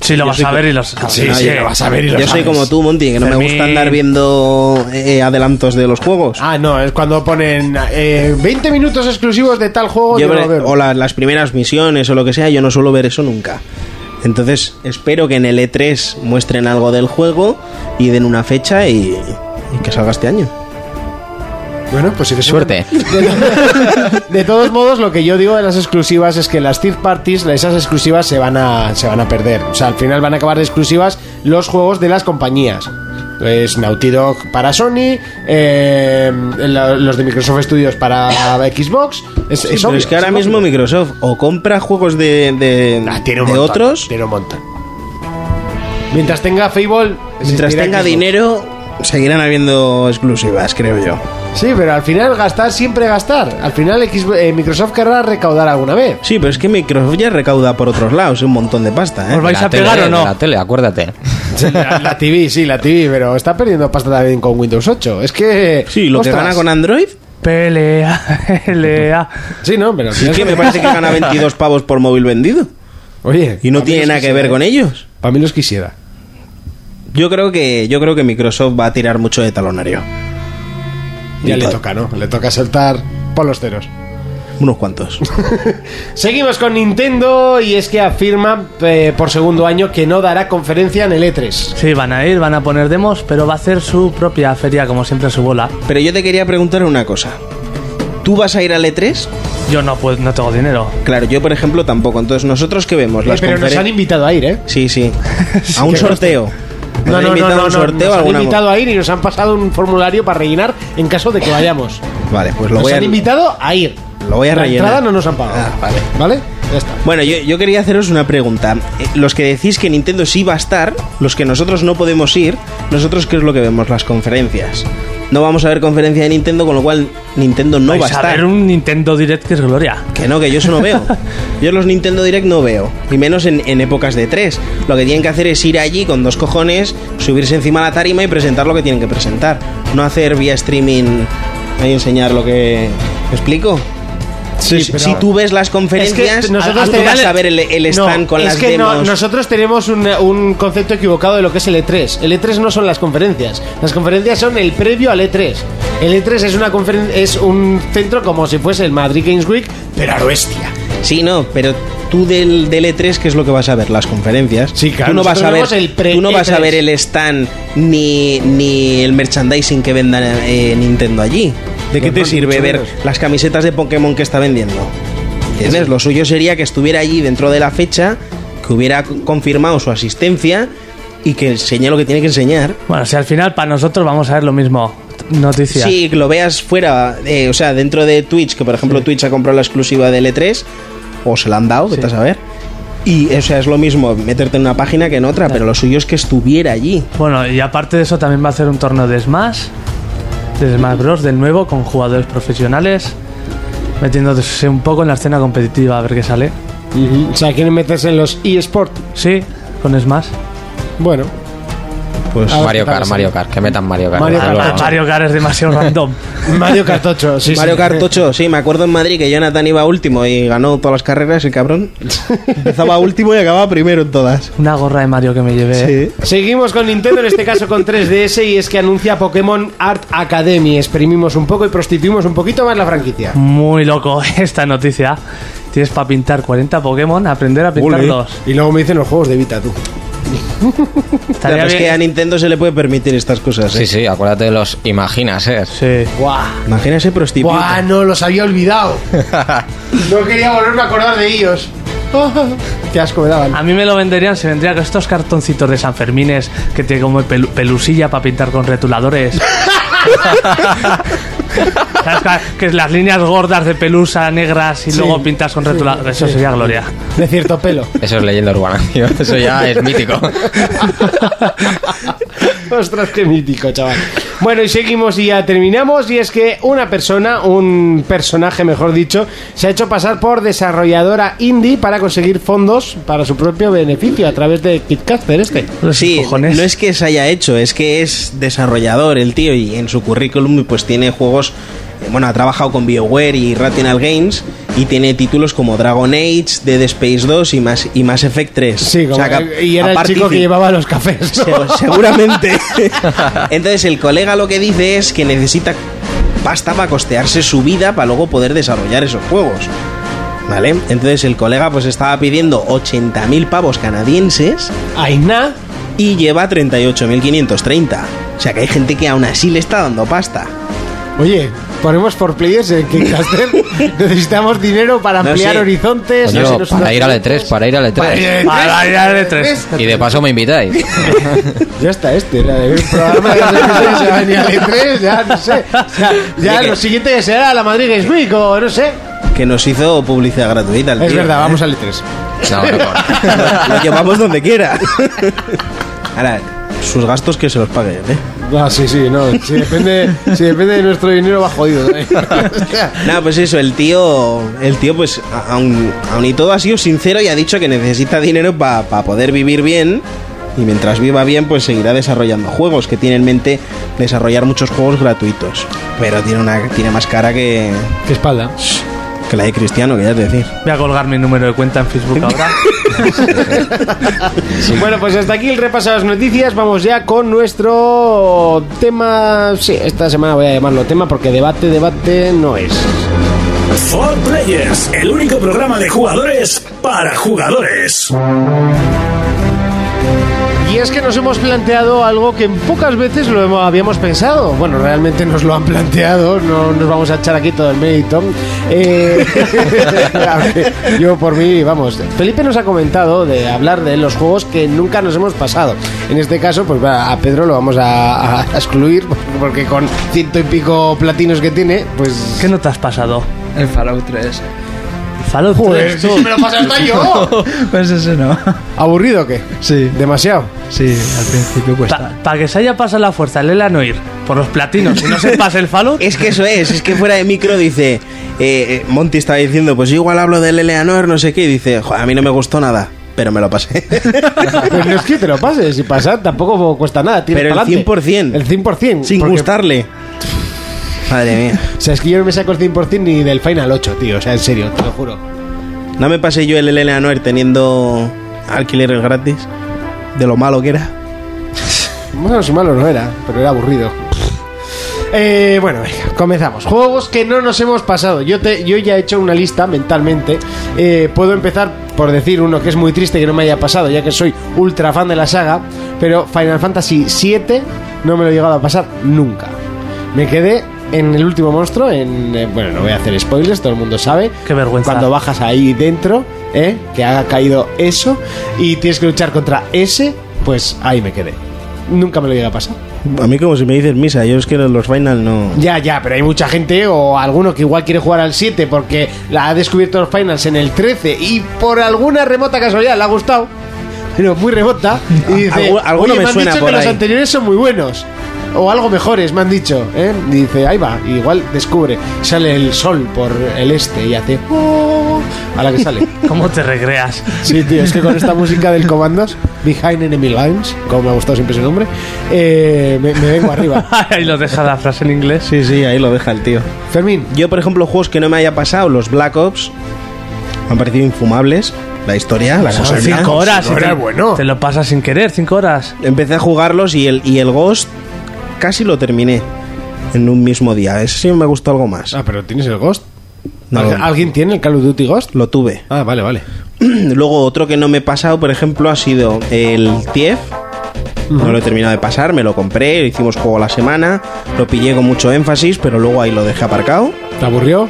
Sí, lo vas a ver y los.
Sí, sí, lo vas a ver y lo
Yo soy
sabes.
como tú, Monty, que no me
Fermín.
gusta andar viendo eh, adelantos de los juegos.
Ah, no, es cuando ponen eh, 20 minutos exclusivos de tal juego.
Yo
yo
veré-
lo veo.
o la- las primeras misiones o lo que sea, yo no suelo ver eso nunca. Entonces, espero que en el E3 muestren algo del juego y den una fecha y, y que salga este año.
Bueno, pues sí que
Suerte.
De todos modos, lo que yo digo de las exclusivas es que las third parties, esas exclusivas se van a, se van a perder. O sea, al final van a acabar de exclusivas los juegos de las compañías. Pues Naughty Dog para Sony, eh, la- los de Microsoft Studios para Xbox. Es, es
Pero
obvio,
es que ahora
es
mismo
obvio.
Microsoft o compra juegos de, de,
Ah, tiene un
de
montón,
otros,
Tiene un montón. Mientras tenga Fable.
mientras
existirá
tenga
Xbox.
dinero, seguirán habiendo exclusivas, creo yo.
Sí, pero al final gastar, siempre gastar. Al final Xbox- eh, Microsoft querrá recaudar alguna vez.
Sí, pero es que Microsoft ya recauda por otros lados un montón de pasta, ¿eh?
Os vais
La
a pegar
tele,
o no.
La tele, acuérdate.
La, la TV, sí, la TV, pero está perdiendo pasta también con Windows 8. Es que.
Sí, lo que
ostras.
gana
(laughs)
con Android,
Pelea, (laughs) pelea.
Sí, no, pero.
sí que me parece que gana 22 pavos por móvil vendido.
Oye.
Y no
pa' mí
tiene
los
nada que
quisiera,
ver
eh.
con ellos.
Pa' mí los quisiera.
Yo creo que yo creo que Microsoft va a tirar mucho de talonario.
Ya
Y
le
tal,
toca, ¿no? Le toca saltar por los ceros.
Unos cuantos.
Seguimos con Nintendo y es que afirma eh, por segundo año que no dará conferencia en el
E
E3.
Sí, van a ir, van a poner demos, pero va a hacer su propia feria, como siempre, a su bola.
Pero yo te quería preguntar una cosa. ¿Tú vas a ir al E3?
Yo no, puedo, no tengo dinero.
Claro, yo por ejemplo tampoco. Entonces, ¿nosotros qué vemos?
Eh,
Las
pero nos
conferen-
han invitado a ir, ¿eh? (laughs)
Sí, sí. A un sorteo. Nos han invitado a un sorteo
nos han
alguna
invitado a ir y nos han pasado un formulario para rellenar en caso de que vayamos.
Vale, pues lo
Nos
voy a
han invitado a ir.
lo voy a
La
rellenar.
entrada no nos han pagado.
Ah, vale.
¿Vale? Ya está.
Bueno, yo, yo quería haceros una pregunta. Eh, Los que decís que Nintendo sí va a estar, los que nosotros no podemos ir, nosotros qué es lo que vemos las conferencias. No vamos a ver conferencia de Nintendo, con lo cual Nintendo no
vais
va a
a
estar.
ver un Nintendo Direct que es gloria.
Que no, que yo eso
(laughs)
no veo. Yo los Nintendo Direct no veo. Y menos en, en épocas de tres. Lo que tienen que hacer es ir allí con dos cojones, subirse encima de la tarima y presentar lo que tienen que presentar. No hacer vía streaming y enseñar lo que. ¿Me explico?
Sí,
si,
pero-
si tú ves las conferencias, tú vas a ver el, el stand
No,
con
es
las
que no,
demos.
nosotros tenemos un, un concepto equivocado de lo que es el E3. El E3 no son las conferencias. Las conferencias son el previo al E3. El E3 es una conferen- es un centro como si fuese el Madrid Games Week, pero al bestia.
Sí, no, pero tú del, del E3, ¿qué es lo que vas a ver? Las conferencias.
Sí, claro,
Tú no vas
nosotros
a ver,
vemos el pre- E
tú no vas a
E3.
ver el stand ni, ni el merchandising que venda eh, Nintendo allí. ¿De qué
No,
te
no,
sirve
mucho
ver
menos.
las camisetas de Pokémon que está vendiendo? ¿Entiendes? Lo suyo sería que estuviera allí dentro de la fecha, que hubiera confirmado su asistencia y que enseñe lo que tiene que enseñar.
Bueno, si al final para nosotros vamos a ver lo mismo. Noticia.
Sí, que lo veas fuera, eh, o sea, dentro de Twitch, que por ejemplo Twitch ha comprado la exclusiva del E3, o se la han dado, vete a saber. Y, o sea, es lo mismo meterte en una página que en otra, pero lo suyo es que estuviera allí.
Bueno, y aparte de eso también va a hacer un torneo de Smash, de Smash Bros. del nuevo, con jugadores profesionales, metiéndose un poco en la escena competitiva a ver qué sale.
O sea, quieren meterse en los eSports.
Sí, con Smash.
Bueno.
Pues
A ver qué tal
Mario Kart,
sale.
Mario Kart, que metan Mario Kart. Ah,
Mario
Algo
Kart.
vamos.
Mario Kart es demasiado
(laughs)
random.
Mario Cartocho, sí. (laughs)
Mario
sí.
Kart 8, sí, me acuerdo en Madrid que Jonathan iba último y ganó todas las carreras, el cabrón. Empezaba último y acababa primero en todas.
Una gorra de Mario que me llevé. ¿eh?
Sí.
Seguimos con Nintendo, en este caso con 3DS, y es que anuncia Pokémon Art Academy. Exprimimos un poco y prostituimos un poquito más la franquicia.
Muy loco (laughs) esta noticia. Tienes para pintar 40 Pokémon, aprender a pintarlos.
Y luego me dicen los juegos de Vita, tú.
Claro,
pues
Estaría
es que a
bien.
Nintendo se le puede permitir estas cosas, ¿eh?
Sí, sí, acuérdate de los imaginas, ¿eh?
Sí.
¡Guau!
Imagínese prostituta.
¡Guau! No los había olvidado. (laughs) no quería volverme a acordar de ellos. (laughs) Qué asco me daban.
A mí me lo venderían, se vendría con estos cartoncitos de San Fermines que tiene como pelu- pelusilla para pintar
(laughs)
con retuladores. ¿Sabes? Que- Que las líneas gordas de pelusa negras y luego pintas con retuladores. Eso sería gloria.
De cierto pelo.
Eso es leyenda urbana, tío. Eso ya es mítico.
Ostras, qué mítico, chaval. Bueno, y seguimos y ya terminamos. Y es que una persona, un personaje mejor dicho, se ha hecho pasar por desarrolladora indie para conseguir fondos para su propio beneficio a través de KitCaster este.
Los
Sí,
cojones.
no es que se haya hecho, es que es desarrollador el tío y en su currículum pues tiene juegos, eh, bueno, ha trabajado con BioWare y Rational Games y tiene títulos como Dragon Age, Dead Space 2 y más y Mass Effect 3.
Sí,
O
como,
sea, que a-
y era
a
el chico
particip-
que llevaba los cafés. ¿no?
(laughs)
(laughs)
Se- seguramente. Entonces el colega lo que dice es que necesita pasta para costearse su vida para luego poder desarrollar esos juegos. ¿Vale? Entonces el colega pues estaba pidiendo 80.000 pavos canadienses
Aina.
y lleva 38.530. O sea que hay gente que aún así le está dando pasta.
Oye, ponemos por players en (laughs) KitCaster. Necesitamos dinero para
No,
ampliar
sí.
horizontes.
Coño,
hacernos
para
unas
ir al
fotos.
E3, para ir al E3.
Para la de tres.
Y de paso me invitáis.
Ya está este, era el programa de la se va a venir al E3, ya no (laughs) sé. Ya, ya lo siguiente que será la Madrid Games Week o no sé.
Que nos hizo publicidad gratuita. el
Es
tío,
verdad,
¿eh?
vamos al E E3.
No, no,
(laughs)
no.
Lo llevamos donde quiera. (laughs) Ahora, sus gastos que se los pague él, ¿eh?
Ah, sí, sí, no. Si depende, si depende de nuestro dinero va jodido. ¿eh? (laughs) O sea,
Nada, pues eso, el tío, el tío pues a- aun, aun y todo ha sido sincero y ha dicho que necesita dinero para poder vivir bien. Y mientras viva bien, pues seguirá desarrollando juegos, que tiene en mente desarrollar muchos juegos gratuitos. Pero tiene, una, tiene más cara que,
Qué espalda.
que la de Cristiano, que ya es decir.
Voy a colgar mi número de cuenta en
(laughs)
Facebook ahora.
Bueno, pues hasta aquí el repaso a las noticias. Vamos ya con nuestro tema. Sí, esta semana voy a llamarlo tema porque debate, debate no es.
For Players, el único programa de jugadores para jugadores.
Y es que nos hemos planteado algo que pocas veces lo hemos- habíamos pensado. Bueno, realmente nos lo han planteado, no nos vamos a echar aquí todo el mérito. Eh, (laughs) a ver, yo por mí, vamos. Felipe nos ha comentado de hablar de los juegos que nunca nos hemos pasado. En este caso, pues va, a Pedro lo vamos a, a excluir porque con ciento y pico platinos que tiene, pues...
¿Qué no te has pasado?
El Fallout 3.
Fallout 3, tú.
lo pasé hasta yo!
(laughs)
Pues ese no.
¿Aburrido o qué?
Sí,
Demasiado.
sí, al principio
Para
cuesta.
que se haya pasado la fuerza, Lela no ir por los platinos y no se pase el
(laughs)
Fallout.
Es que eso es, es que fuera de micro dice, eh, eh, Monty estaba diciendo, pues yo igual hablo del Eleanor, no sé qué, y dice, "Joder, a mí no me gustó nada, pero me lo (laughs) pasé.
Pues no es que te lo pases, si pasar tampoco cuesta nada. tiras
Pero el
pa'lante.
100%.
El 100%.
Sin
porque-
gustarle. Madre mía.
O sea, es que yo no me saco el 100% ni del Final 8, tío. O sea, en serio, te lo juro.
No me pasé yo el Elena Noir teniendo alquileres gratis. De lo malo que era.
Bueno, si malo no era, pero era aburrido. Eh, bueno, venga, comenzamos. Juegos que no nos hemos pasado. Yo, te, yo ya he hecho una lista mentalmente. Eh, puedo empezar por decir uno que es muy triste que no me haya pasado, ya que soy ultra fan de la saga. Pero Final Fantasy VII no me lo he llegado a pasar nunca. Me quedé en el último monstruo, en, eh, bueno, no voy a hacer spoilers, todo el mundo sabe.
Qué vergüenza.
Cuando bajas ahí dentro, ¿eh? que ha caído eso, y tienes que luchar contra ese, pues ahí me quedé. Nunca me lo llega a pasar.
A mí como si me dices misa, yo es que los final no...
Ya, ya, pero hay mucha gente o alguno que igual quiere jugar al 7 porque la ha descubierto los finals en el 13 y por alguna remota casualidad le ha gustado, pero muy remota,
(laughs)
y dice,
Algu- alguno
"Oye,
me
han
suena
dicho
por
que los
ahí".
anteriores son muy buenos. O algo mejores, me han dicho. ¿eh? Y dice, ahí va, y igual descubre. Sale el sol por el este y hace... "Oh", a la que
(laughs)
sale.
¿Cómo te recreas? (laughs)
Sí, tío, es que con esta música del Comandos, Behind Enemy Lines, como me ha gustado siempre ese nombre, eh, me, me vengo arriba.
Ahí lo deja la frase en inglés.
Sí, sí, ahí lo deja el tío.
Fermín,
Yo, por ejemplo, juegos que no me haya pasado, los Black Ops, me han parecido infumables. La historia, la cosa.
Cinco horas. y
era
te,
bueno.
te lo pasas sin querer, cinco horas.
Empecé a jugarlos y el, y el Ghost casi lo terminé en un mismo día. Ese sí me gustó algo más.
Ah, pero tienes el Ghost.
No,
¿Al-
lo-
¿Alguien tiene el Call of Duty Ghost?
Lo tuve. (clears throat)
Ah, vale, vale.
Luego otro que no me he pasado, por ejemplo, ha sido el TIEF. No lo he terminado de pasar, me lo compré, lo hicimos juego a la semana, lo pillé con mucho énfasis, pero luego ahí lo dejé aparcado.
¿Te aburrió?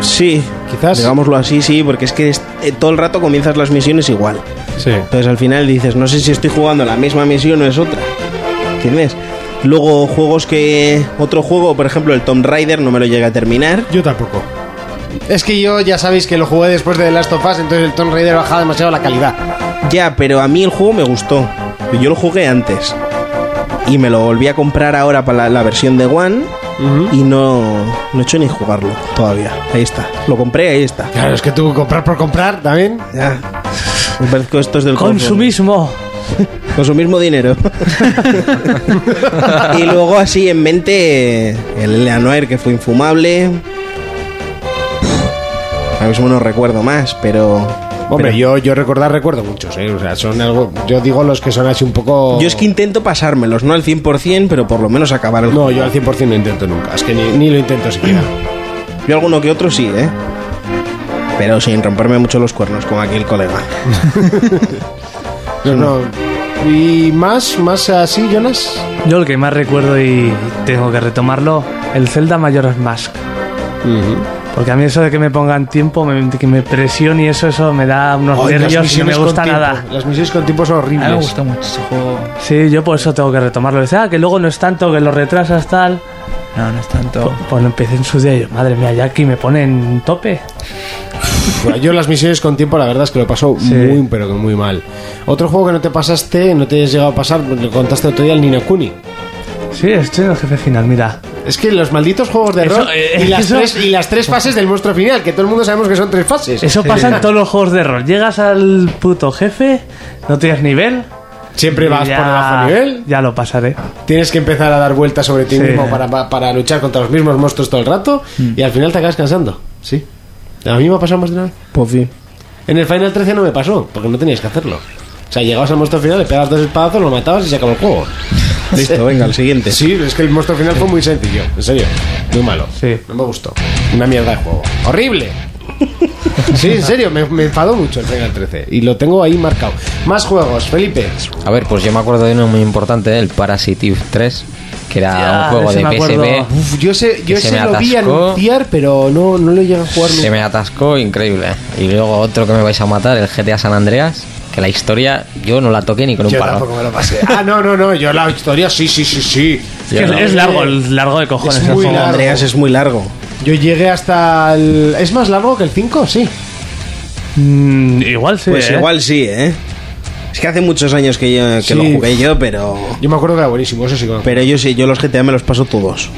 Sí,
Quizás.
Digámoslo así, sí, porque es que es- eh, todo el rato comienzas las misiones igual.
Sí.
Entonces al final dices, no sé si estoy jugando la misma misión o es otra. ¿Entiendes? Luego juegos que... Otro juego, por ejemplo, el Tomb Raider, no me lo llegué a terminar.
Yo tampoco. Es que yo ya sabéis que lo jugué después de The Last of Us, entonces el Tomb Raider bajaba demasiado la calidad.
Ya, pero a mí el juego me gustó. Yo lo jugué antes. Y me lo volví a comprar ahora para la, la versión de One. Y no, no he hecho ni jugarlo todavía. Ahí está. Lo compré, ahí está.
Claro, es que tuvo que comprar por comprar también.
Ya. Me parece que esto es del
Consumismo.
consumo. Con su mismo dinero. y luego así en mente el Leanoir que fue infumable. Ahora mismo no recuerdo más, pero...
Hombre, yo, yo recordar recuerdo muchos, ¿eh? O sea, son algo. Yo digo los que son así un poco.
Yo es que intento pasármelos, no al 100%, pero por lo menos acabar el
No, yo al 100% no intento nunca. Es que ni, ni lo intento (clears throat) siquiera.
Yo alguno que otro sí, ¿eh? Pero sin romperme mucho los cuernos, como aquí el colega.
No, no. ¿Y más? ¿Más así, Jonas?
Yo el que más recuerdo y tengo que retomarlo, el Zelda Majora's Mask. Porque a mí eso de que me pongan tiempo, me- que me presione y eso, eso me da unos
Ay, las
nervios y no me
misiones con
gusta
tiempo.
nada.
Las misiones con tiempo son
A mí me
horribles.
gusta mucho ese juego.
Sí, yo por eso tengo que retomarlo. Dice, ah, que luego no es tanto, que lo retrasas tal.
No, no es tanto.
Pues lo empecé en su día y yo, madre mía, ya aquí me ponen tope.
Bueno, Yo las misiones con tiempo, la verdad es que lo paso muy, pero que muy mal. Otro juego que no te pasaste, no te has llegado a pasar, lo contaste otro día, el Nino Kuni.
Sí, estoy en el jefe final, mira.
Es que los malditos juegos de
Eso,
rol
eh,
y, las
eso-
tres, y las tres fases del monstruo final, que todo el mundo sabemos que son tres fases.
Eso pasa en todos los juegos de rol. Llegas al puto jefe, no tienes nivel.
Siempre vas
ya-
por debajo de nivel,
Ya lo pasaré.
tienes que empezar a dar vueltas sobre ti
Sí.
mismo para, pa- para luchar contra los mismos monstruos todo el rato y al final te acabas cansando. Sí. A mí me ha pasado más de una vez.
Por fin.
En el Final 13 no me pasó, porque no tenías que hacerlo. O sea, llegabas al monstruo final, le pegabas dos espadazos, lo matabas y se acabó el juego.
Listo, venga, el siguiente.
Sí, es que el monstruo final fue muy sencillo, en serio. Muy malo.
Sí.
No me gustó. Una mierda de juego. ¡Horrible! Sí, en serio, me, me enfadó mucho el Final 13. Y lo tengo ahí marcado. Más juegos, Felipe.
A ver, pues yo me acuerdo de uno muy importante, el Parasite Eve 3, que era
Ya,
un juego
ese
de
me acuerdo.
PSP.
Uf, yo sé, yo
Que se
ese
me
lo vi
atascó.
anunciar, pero no, no lo llegué a jugar
Se
nunca.
me atascó increíble. Y luego otro que me vais a matar, el GTA San Andreas, que la historia yo no la toqué ni con un
Yo
palo.
tampoco me lo pasé. Ah, no, no, no. Yo la historia, sí, sí, sí, sí.
Es, que es- es largo, el largo de cojones.
Es
el
muy
juego.
largo.
Andreas es muy largo.
Yo llegué hasta el. ¿Es más largo que el 5? Sí.
Mm, igual sí.
Pues
¿eh?
igual sí, ¿eh? Es que hace muchos años que, yo, que
Sí.
lo jugué yo, pero...
Yo me acuerdo que era buenísimo, eso sí que me acuerdo.
Pero yo sí, yo los GTA me los paso todos.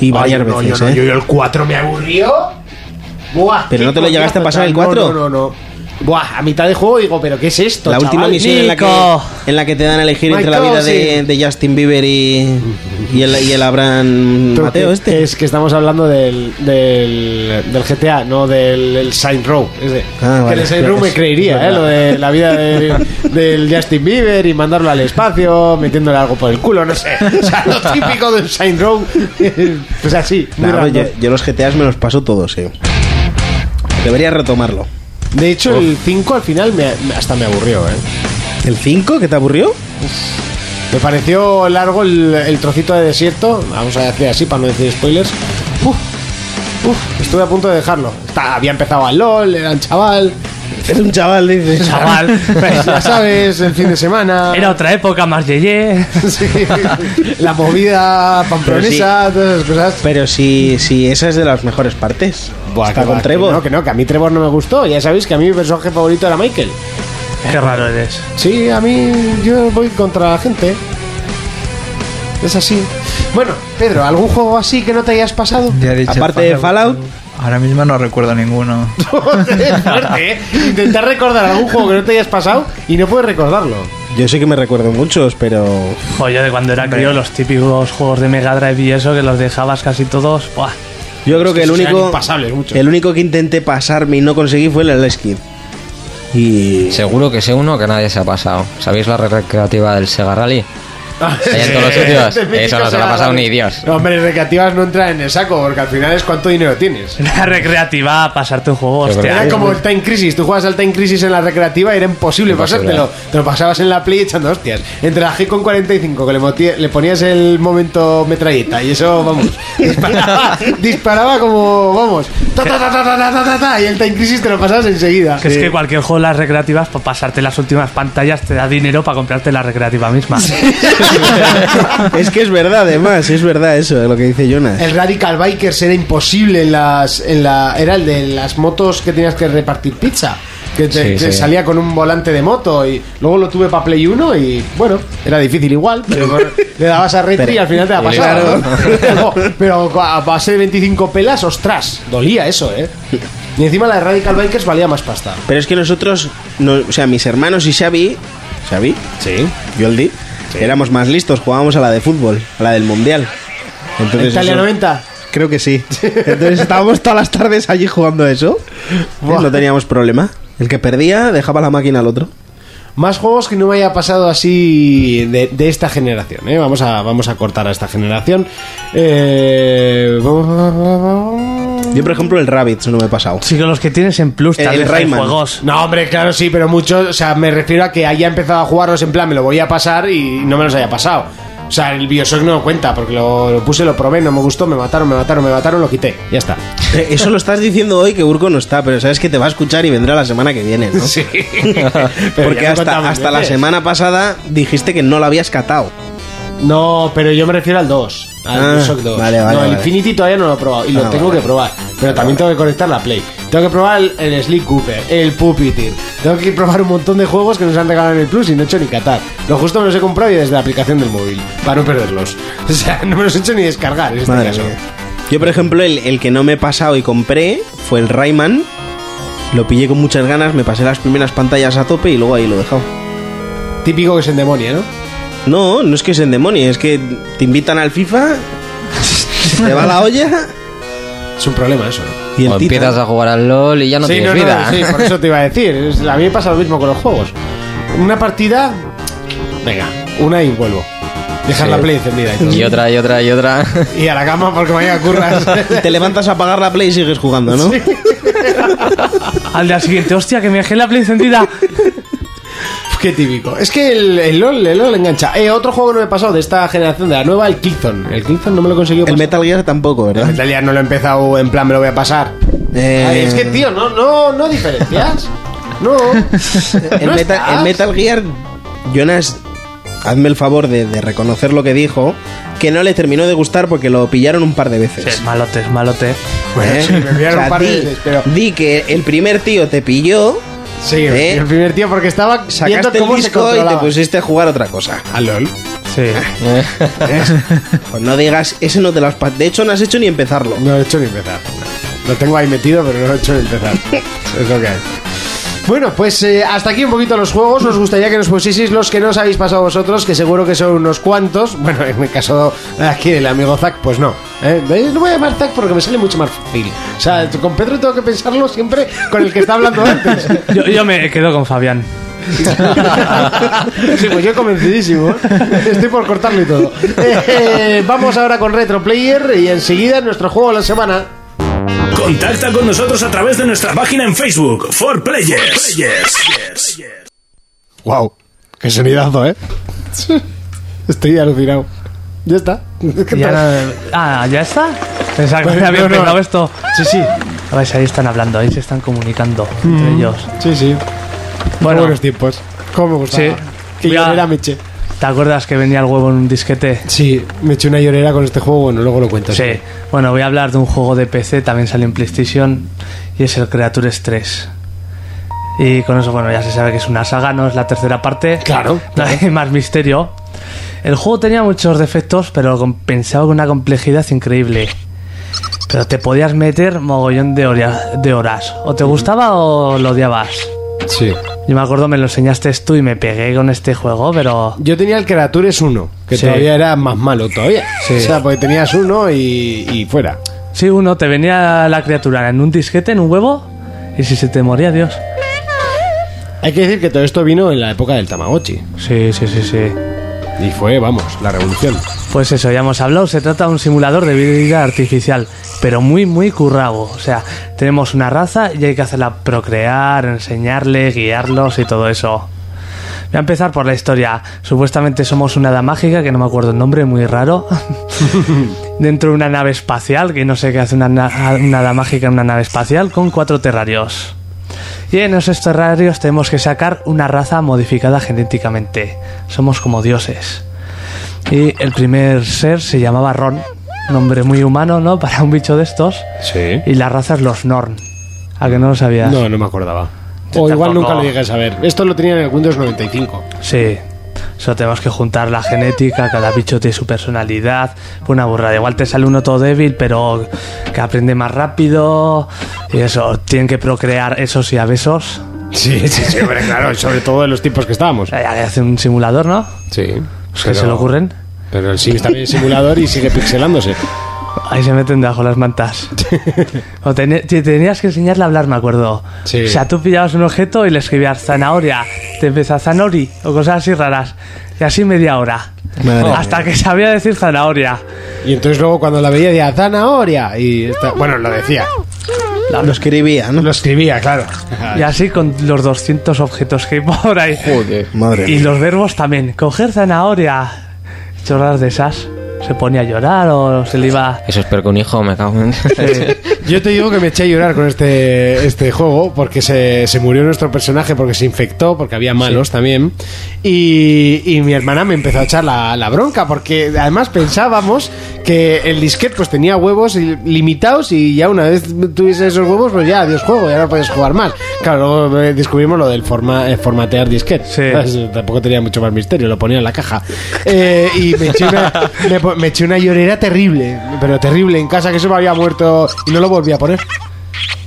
Y varias
Ay, no,
veces,
yo, no,
¿eh?
yo, yo el 4 me aburrió. Buah,
¿Pero
qué
no te lo
coñazo
llegaste a pasar
tal.
el cuatro?
No, no, no, no. Buah, a mitad de juego digo, ¿pero qué es esto?
La última
chaval?
misión en la, que,
Nico.
en la que te dan a elegir entre la
Michael,
vida de, de Justin Bieber y, y, el, y el Abraham
Pero
Mateo
que-
este.
que Es que estamos hablando del, del, del GTA, no del el Saint Row. ese.
Ah,
que
vale,
el Saint
es-
Row me
es
creería, ¿eh?
verdad.
Lo de la vida de- del Justin Bieber y mandarlo al espacio, metiéndole algo por el culo, no sé. O sea, lo típico del Saint Row. (laughs) pues así, muy
Nah,
random.
yo, yo los GTAs me los paso todos, ¿eh? Debería retomarlo.
De hecho, el 5 al final me- me- hasta me aburrió, ¿eh?
¿El 5 que te aburrió?
Me pareció largo el, el trocito de desierto. Vamos a decir así para no decir spoilers. Uf, uf, estuve a punto de dejarlo. Está- había empezado al LOL, era un chaval.
Era un chaval,
(laughs)
dices.
Chaval.
Pues ya sabes, el fin de
(laughs)
semana.
Era otra época más yeye.
(laughs) Sí. La movida pamplonesa, todas esas cosas.
Pero si, si esa es de las mejores partes. Está
que
con
va,
Trevor.
Que no, que no, que a mí Trevor no me gustó. Ya sabéis que a mí mi personaje favorito era Michael.
(laughs) Qué raro eres.
Sí, a mí yo voy contra la gente. Es así. Bueno, Pedro, ¿algún juego así que no te hayas pasado?
Ya he dicho
Aparte de Fallout,
Ahora mismo no recuerdo ninguno.
Joder,
(laughs)
fuerte, ¿eh? Intentar recordar algún juego que no te hayas pasado y no puedes recordarlo.
yo sé que me recuerdo muchos, pero.
Jo, yo de cuando era crío, los típicos juegos de Mega Drive y eso, que los dejabas casi todos. Buah.
Yo creo que el
esos eran
único.
impasables, muchos.
El único que intenté pasarme y no conseguí fue el Alex Kid.
(laughs)
Y.
Seguro que sé uno que nadie se ha pasado. ¿Sabéis la recreativa del Sega Rally?
Ah,
(laughs)
Ahí en todos los
Sí.
sitios.
El mítico
Eso no se lo ha
Sega
pasado
Rally.
ni Dios.
No, hombre, recreativas no entran en el saco porque al final es cuánto dinero tienes.
La recreativa, pasarte un juego,
Yo creo
hostia.
Era como el Time Crisis. Tú jugabas al Time Crisis en la recreativa y era imposible
Imposible.
pasártelo. Te lo pasabas en la Play echando hostias. Entre la G con 45, que le, moti- le ponías el momento metralleta y eso,
(laughs)
vamos, disparaba, disparaba como, vamos, ta, ta, ta, ta, ta, ta, ta, ta, ta, y el Time Crisis te lo pasabas enseguida.
Que es
Sí.
que cualquier juego de las recreativas, para pasarte las últimas pantallas, te da dinero para comprarte la recreativa misma.
es que es verdad, además, es verdad eso, lo que dice Jonas.
El Radical Bikers era imposible en las. En la, era el de las motos que tenías que repartir pizza. Que te,
Sí,
te
sí.
salía con un volante de moto y luego lo tuve para Play 1 y bueno, era difícil igual,
(laughs)
pero bueno, le dabas a retri y al final te la pasaba. Pero, pero a base de 25 pelas, ostras, dolía eso, ¿eh? Y encima la de Radical Bikers valía más pasta.
Pero es que nosotros, no- o sea, mis hermanos y Xavi, Xavi,
Sí.
yo el di, éramos más listos, jugábamos a la de fútbol, a la del mundial. Entonces,
Italia
eso-
90.
creo
(laughs)
que sí. Entonces estábamos todas las tardes allí jugando a eso.
Buah.
No teníamos problema. El que perdía dejaba la máquina al otro.
Más juegos que no me haya pasado así de, de esta generación, ¿eh? Vamos a, vamos a cortar a esta generación. Eh...
Yo, por ejemplo, el Rabbit no me he pasado.
Sí, que los que tienes en Plus,
El
tal vez hay
Rayman.
juegos.
No, hombre, claro, sí, pero muchos... O sea, me refiero a que haya empezado a jugarlos en plan, me lo voy a pasar y no me los haya pasado. O sea, el Bioshock no cuenta, porque lo, lo puse, lo probé, no me gustó, me mataron, me mataron, me mataron, lo quité. Ya está.
Eh, Eso lo estás diciendo hoy que Urco no está, pero sabes que te va a escuchar y vendrá la semana que viene, ¿no? (laughs)
Sí. Pero
Porque
ya lo
hasta,
contamos
hasta la
veces.
semana pasada dijiste que no la habías catado.
No, pero yo me refiero al 2. Al
Ah,
Bioshock 2.
vale, vale,
no, el
vale.
Infinity todavía no lo he probado. Y lo
Ah,
tengo
vale.
que probar. Pero también tengo que conectar la Play. Tengo que probar el, el Sleep Cooper, el Puppeteer. Tengo que probar un montón de juegos que nos han regalado en el Plus y no he hecho ni catar. Lo justo me los he comprado y desde la aplicación del móvil. Para no perderlos. (laughs) O sea, no me los he hecho ni descargar en este
Madre
caso.
mía. Yo, por ejemplo, el, el que no me he pasado y compré fue el Rayman. Lo pillé con muchas ganas, me pasé las primeras pantallas a tope y luego ahí lo he dejado.
Típico que se endemonia, ¿no?
No, no es que se endemonie, es que te invitan al FIFA, (laughs) te va la olla
Es un problema eso, ¿no?
y el
o
Titan.
empiezas a jugar al LOL y ya no
sí,
tienes
no, no,
vida. (laughs)
sí, por eso te iba a decir. Es- A mí me pasa lo mismo con los juegos. Una partida. Venga, una y vuelvo. Dejar
Sí.
la Play encendida y todo.
y otra, y otra, y otra.
Y a la cama porque mañana
(laughs)
curras.
Y (laughs) te levantas a apagar la play y sigues jugando, ¿no?
Al día siguiente, hostia, que me dejé la play encendida.
Qué típico. Es que el, el LOL, el LOL engancha. Eh, otro juego que no me he pasado de esta generación, de la nueva, el Killzone. El Killzone no me lo he conseguido
El
pasar.
Metal Gear tampoco,
El
¿verdad?
Metal Gear no lo he empezado en plan me lo voy a pasar.
Eh,
Ay, es que, tío, no, no, no diferencias. No.
(laughs) el,
No
Metal,
estás.
el Metal Gear, Jonas, hazme el favor de, de reconocer lo que dijo, que no le terminó de gustar porque lo pillaron un par de veces.
Sí, malote, es malote.
¿Eh?
sí, me pillaron un par de
di,
veces, pero-
di que el primer tío te pilló,
Sí,
Eh.
el primer tío porque estaba viendo
sacaste el
cómo se
disco y te
controlaba.
pusiste a jugar otra cosa.
Al LOL.
Sí.
Pues no digas, ese no te lo has... pa- De hecho, no has hecho ni empezarlo.
No lo he hecho ni empezar. Lo tengo ahí metido, pero no lo he hecho ni
(laughs)
empezar. es lo que hay. Bueno, pues eh, hasta aquí un poquito los juegos. Nos gustaría que nos pusieseis Pues los que no os habéis pasado vosotros, que seguro que son unos cuantos. Bueno, en mi caso, aquí el amigo Zack, pues no. ¿eh? ¿Veis? No voy a llamar Zack porque me sale mucho más fácil. O sea, con Pedro tengo que pensarlo siempre con el que está hablando antes.
Yo, yo me quedo con Fabián.
Sí, pues yo convencidísimo. ¿eh? Estoy por cortarlo y todo. Eh, vamos ahora con Retro Player y enseguida nuestro juego de la semana.
Contacta con nosotros a través de nuestra página en Facebook, For Players. Players.
Wow, qué sonidazo, ¿eh? Estoy alucinado. Ya está. Es que
Ya
tal-
no- ah, ¿ya está? Pensaba que
Pues,
me había
no, no.
empezado esto. Sí, sí. A ver, si ahí están hablando, ahí se están comunicando entre
Mm,
ellos.
Sí, sí.
Bueno.
Qué buenos tiempos. ¿Cómo me gustaba?
Sí.
Qué
Ya.
llorera me eché.
¿Te acuerdas que venía el huevo en un disquete?
Sí, me eché una llorera con este juego. Bueno, luego lo cuento.
Sí. Bueno, voy a hablar de un juego de PC, también sale en PlayStation, y es el Creatures 3. Y con eso, bueno, ya se sabe que es una saga, no es la tercera parte. (laughs)
Claro,
No hay más misterio. El juego tenía muchos defectos, pero lo compensaba con una complejidad increíble. Pero te podías meter mogollón de, horia- de horas. O te gustaba o lo odiabas.
Sí.
Yo me acuerdo, me lo enseñaste tú y me pegué con este juego, pero...
Yo tenía el Creatures 1, que
Sí.
todavía era más malo todavía.
Sí.
O sea, porque tenías uno y, y fuera.
Sí, uno, te venía la criatura en un disquete, en un huevo, y si se te moría, Dios.
Hay que decir que todo esto vino en la época del Tamagotchi.
Sí, sí, sí, sí.
Y fue, vamos, la revolución.
Pues eso, ya hemos hablado, se trata de un simulador de vida artificial, pero muy, muy currado. O sea, tenemos una raza y hay que hacerla procrear, enseñarle, guiarlos y todo eso. Voy a empezar por la historia. Supuestamente somos una hada mágica, que no me acuerdo el nombre, muy (laughs) raro. Dentro de una nave espacial, que no sé qué hace una, na- una hada mágica en una nave espacial, con cuatro terrarios. Y en esos terrarios tenemos que sacar una raza modificada genéticamente. Somos como dioses. Y el primer ser se llamaba Ron. Nombre muy humano, ¿no? Para un bicho de estos.
Sí.
Y la raza es los Norn. ¿A que no lo sabías?
No, no me acordaba.
Yo
O igual
tampoco.
nunca lo llegué a saber. Esto lo tenían en el Windows 95.
Sí. Solo tenemos que juntar la genética, cada bicho tiene su personalidad. Fue una burrada. Igual te sale uno todo débil, pero que aprende más rápido. Y eso, tienen que procrear esos y a besos.
Sí, (laughs) sí, sí, hombre, claro. y Sobre todo en los tiempos que estábamos.
Eh, Hace un simulador, ¿no?
Sí.
Pues que se le ocurren.
Pero sí, está bien el simulador y sigue pixelándose.
Ahí se meten debajo
(laughs)
las mantas. O teni- te tenías que enseñarle a hablar, me acuerdo.
Sí.
O sea, tú pillabas un objeto y le escribías zanahoria, te empezaba zanori o cosas así raras. Y así media hora.
Madre
Hasta que sabía decir zanahoria.
Y entonces luego cuando la veía decía zanahoria y esta- bueno, lo decía.
Lo escribía, ¿no?
Lo escribía, claro.
Y así con los 200 objetos que hay por ahí.
Madre
Y
mía.
los verbos también. Coger zanahoria. Chorradas de esas. Se ponía a llorar o se le iba...
Eso es peor que un hijo, me cago en... (laughs)
Yo te digo que me eché a llorar con este, este (laughs) juego porque se, se murió nuestro personaje, porque se infectó, porque había malos también. Y, y mi hermana me empezó a echar la, la bronca porque además pensábamos que el disquete pues tenía huevos i- limitados y ya una vez tuviese esos huevos pues ya adiós juego, ya no puedes jugar más. Claro, luego eh, descubrimos lo del forma, eh, formatear disquete.
Sí.
¿Sabes? Tampoco tenía mucho más misterio, lo ponía en la caja. Eh, y me eché,
(laughs)
una, me po- me eché una llorera terrible, pero terrible en casa, que se me había muerto y no lo volví a poner.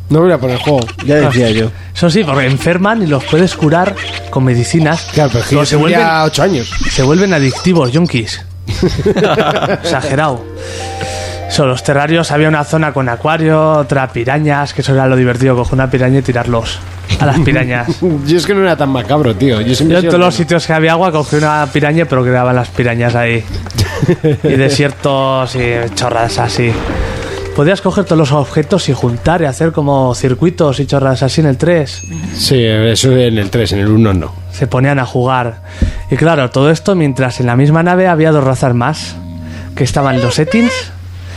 No volví a poner el juego.
Ya decía yo.
Eso sí, porque enferman y los puedes curar con medicinas.
Claro, pero es que
Pero
yo
se
tenía
vuelven-
8 años.
Se vuelven adictivos, yonkis. Exagerado. Son los terrarios, había una zona con acuario, otra pirañas, que eso era lo divertido, coger una piraña y tirarlos a las pirañas.
(laughs)
Yo es que no era tan macabro, tío. Yo siempre he
Yo en
sido
todos los
el-
sitios que había agua cogí una piraña, pero quedaban las pirañas ahí. Y desiertos y chorras así. Podías coger todos los objetos y juntar y hacer como circuitos y chorras así en el 3.
Sí, eso en el 3, en el 1 no.
se ponían a jugar. Y claro, todo esto mientras en la misma nave había dos razas más, que estaban los Etins,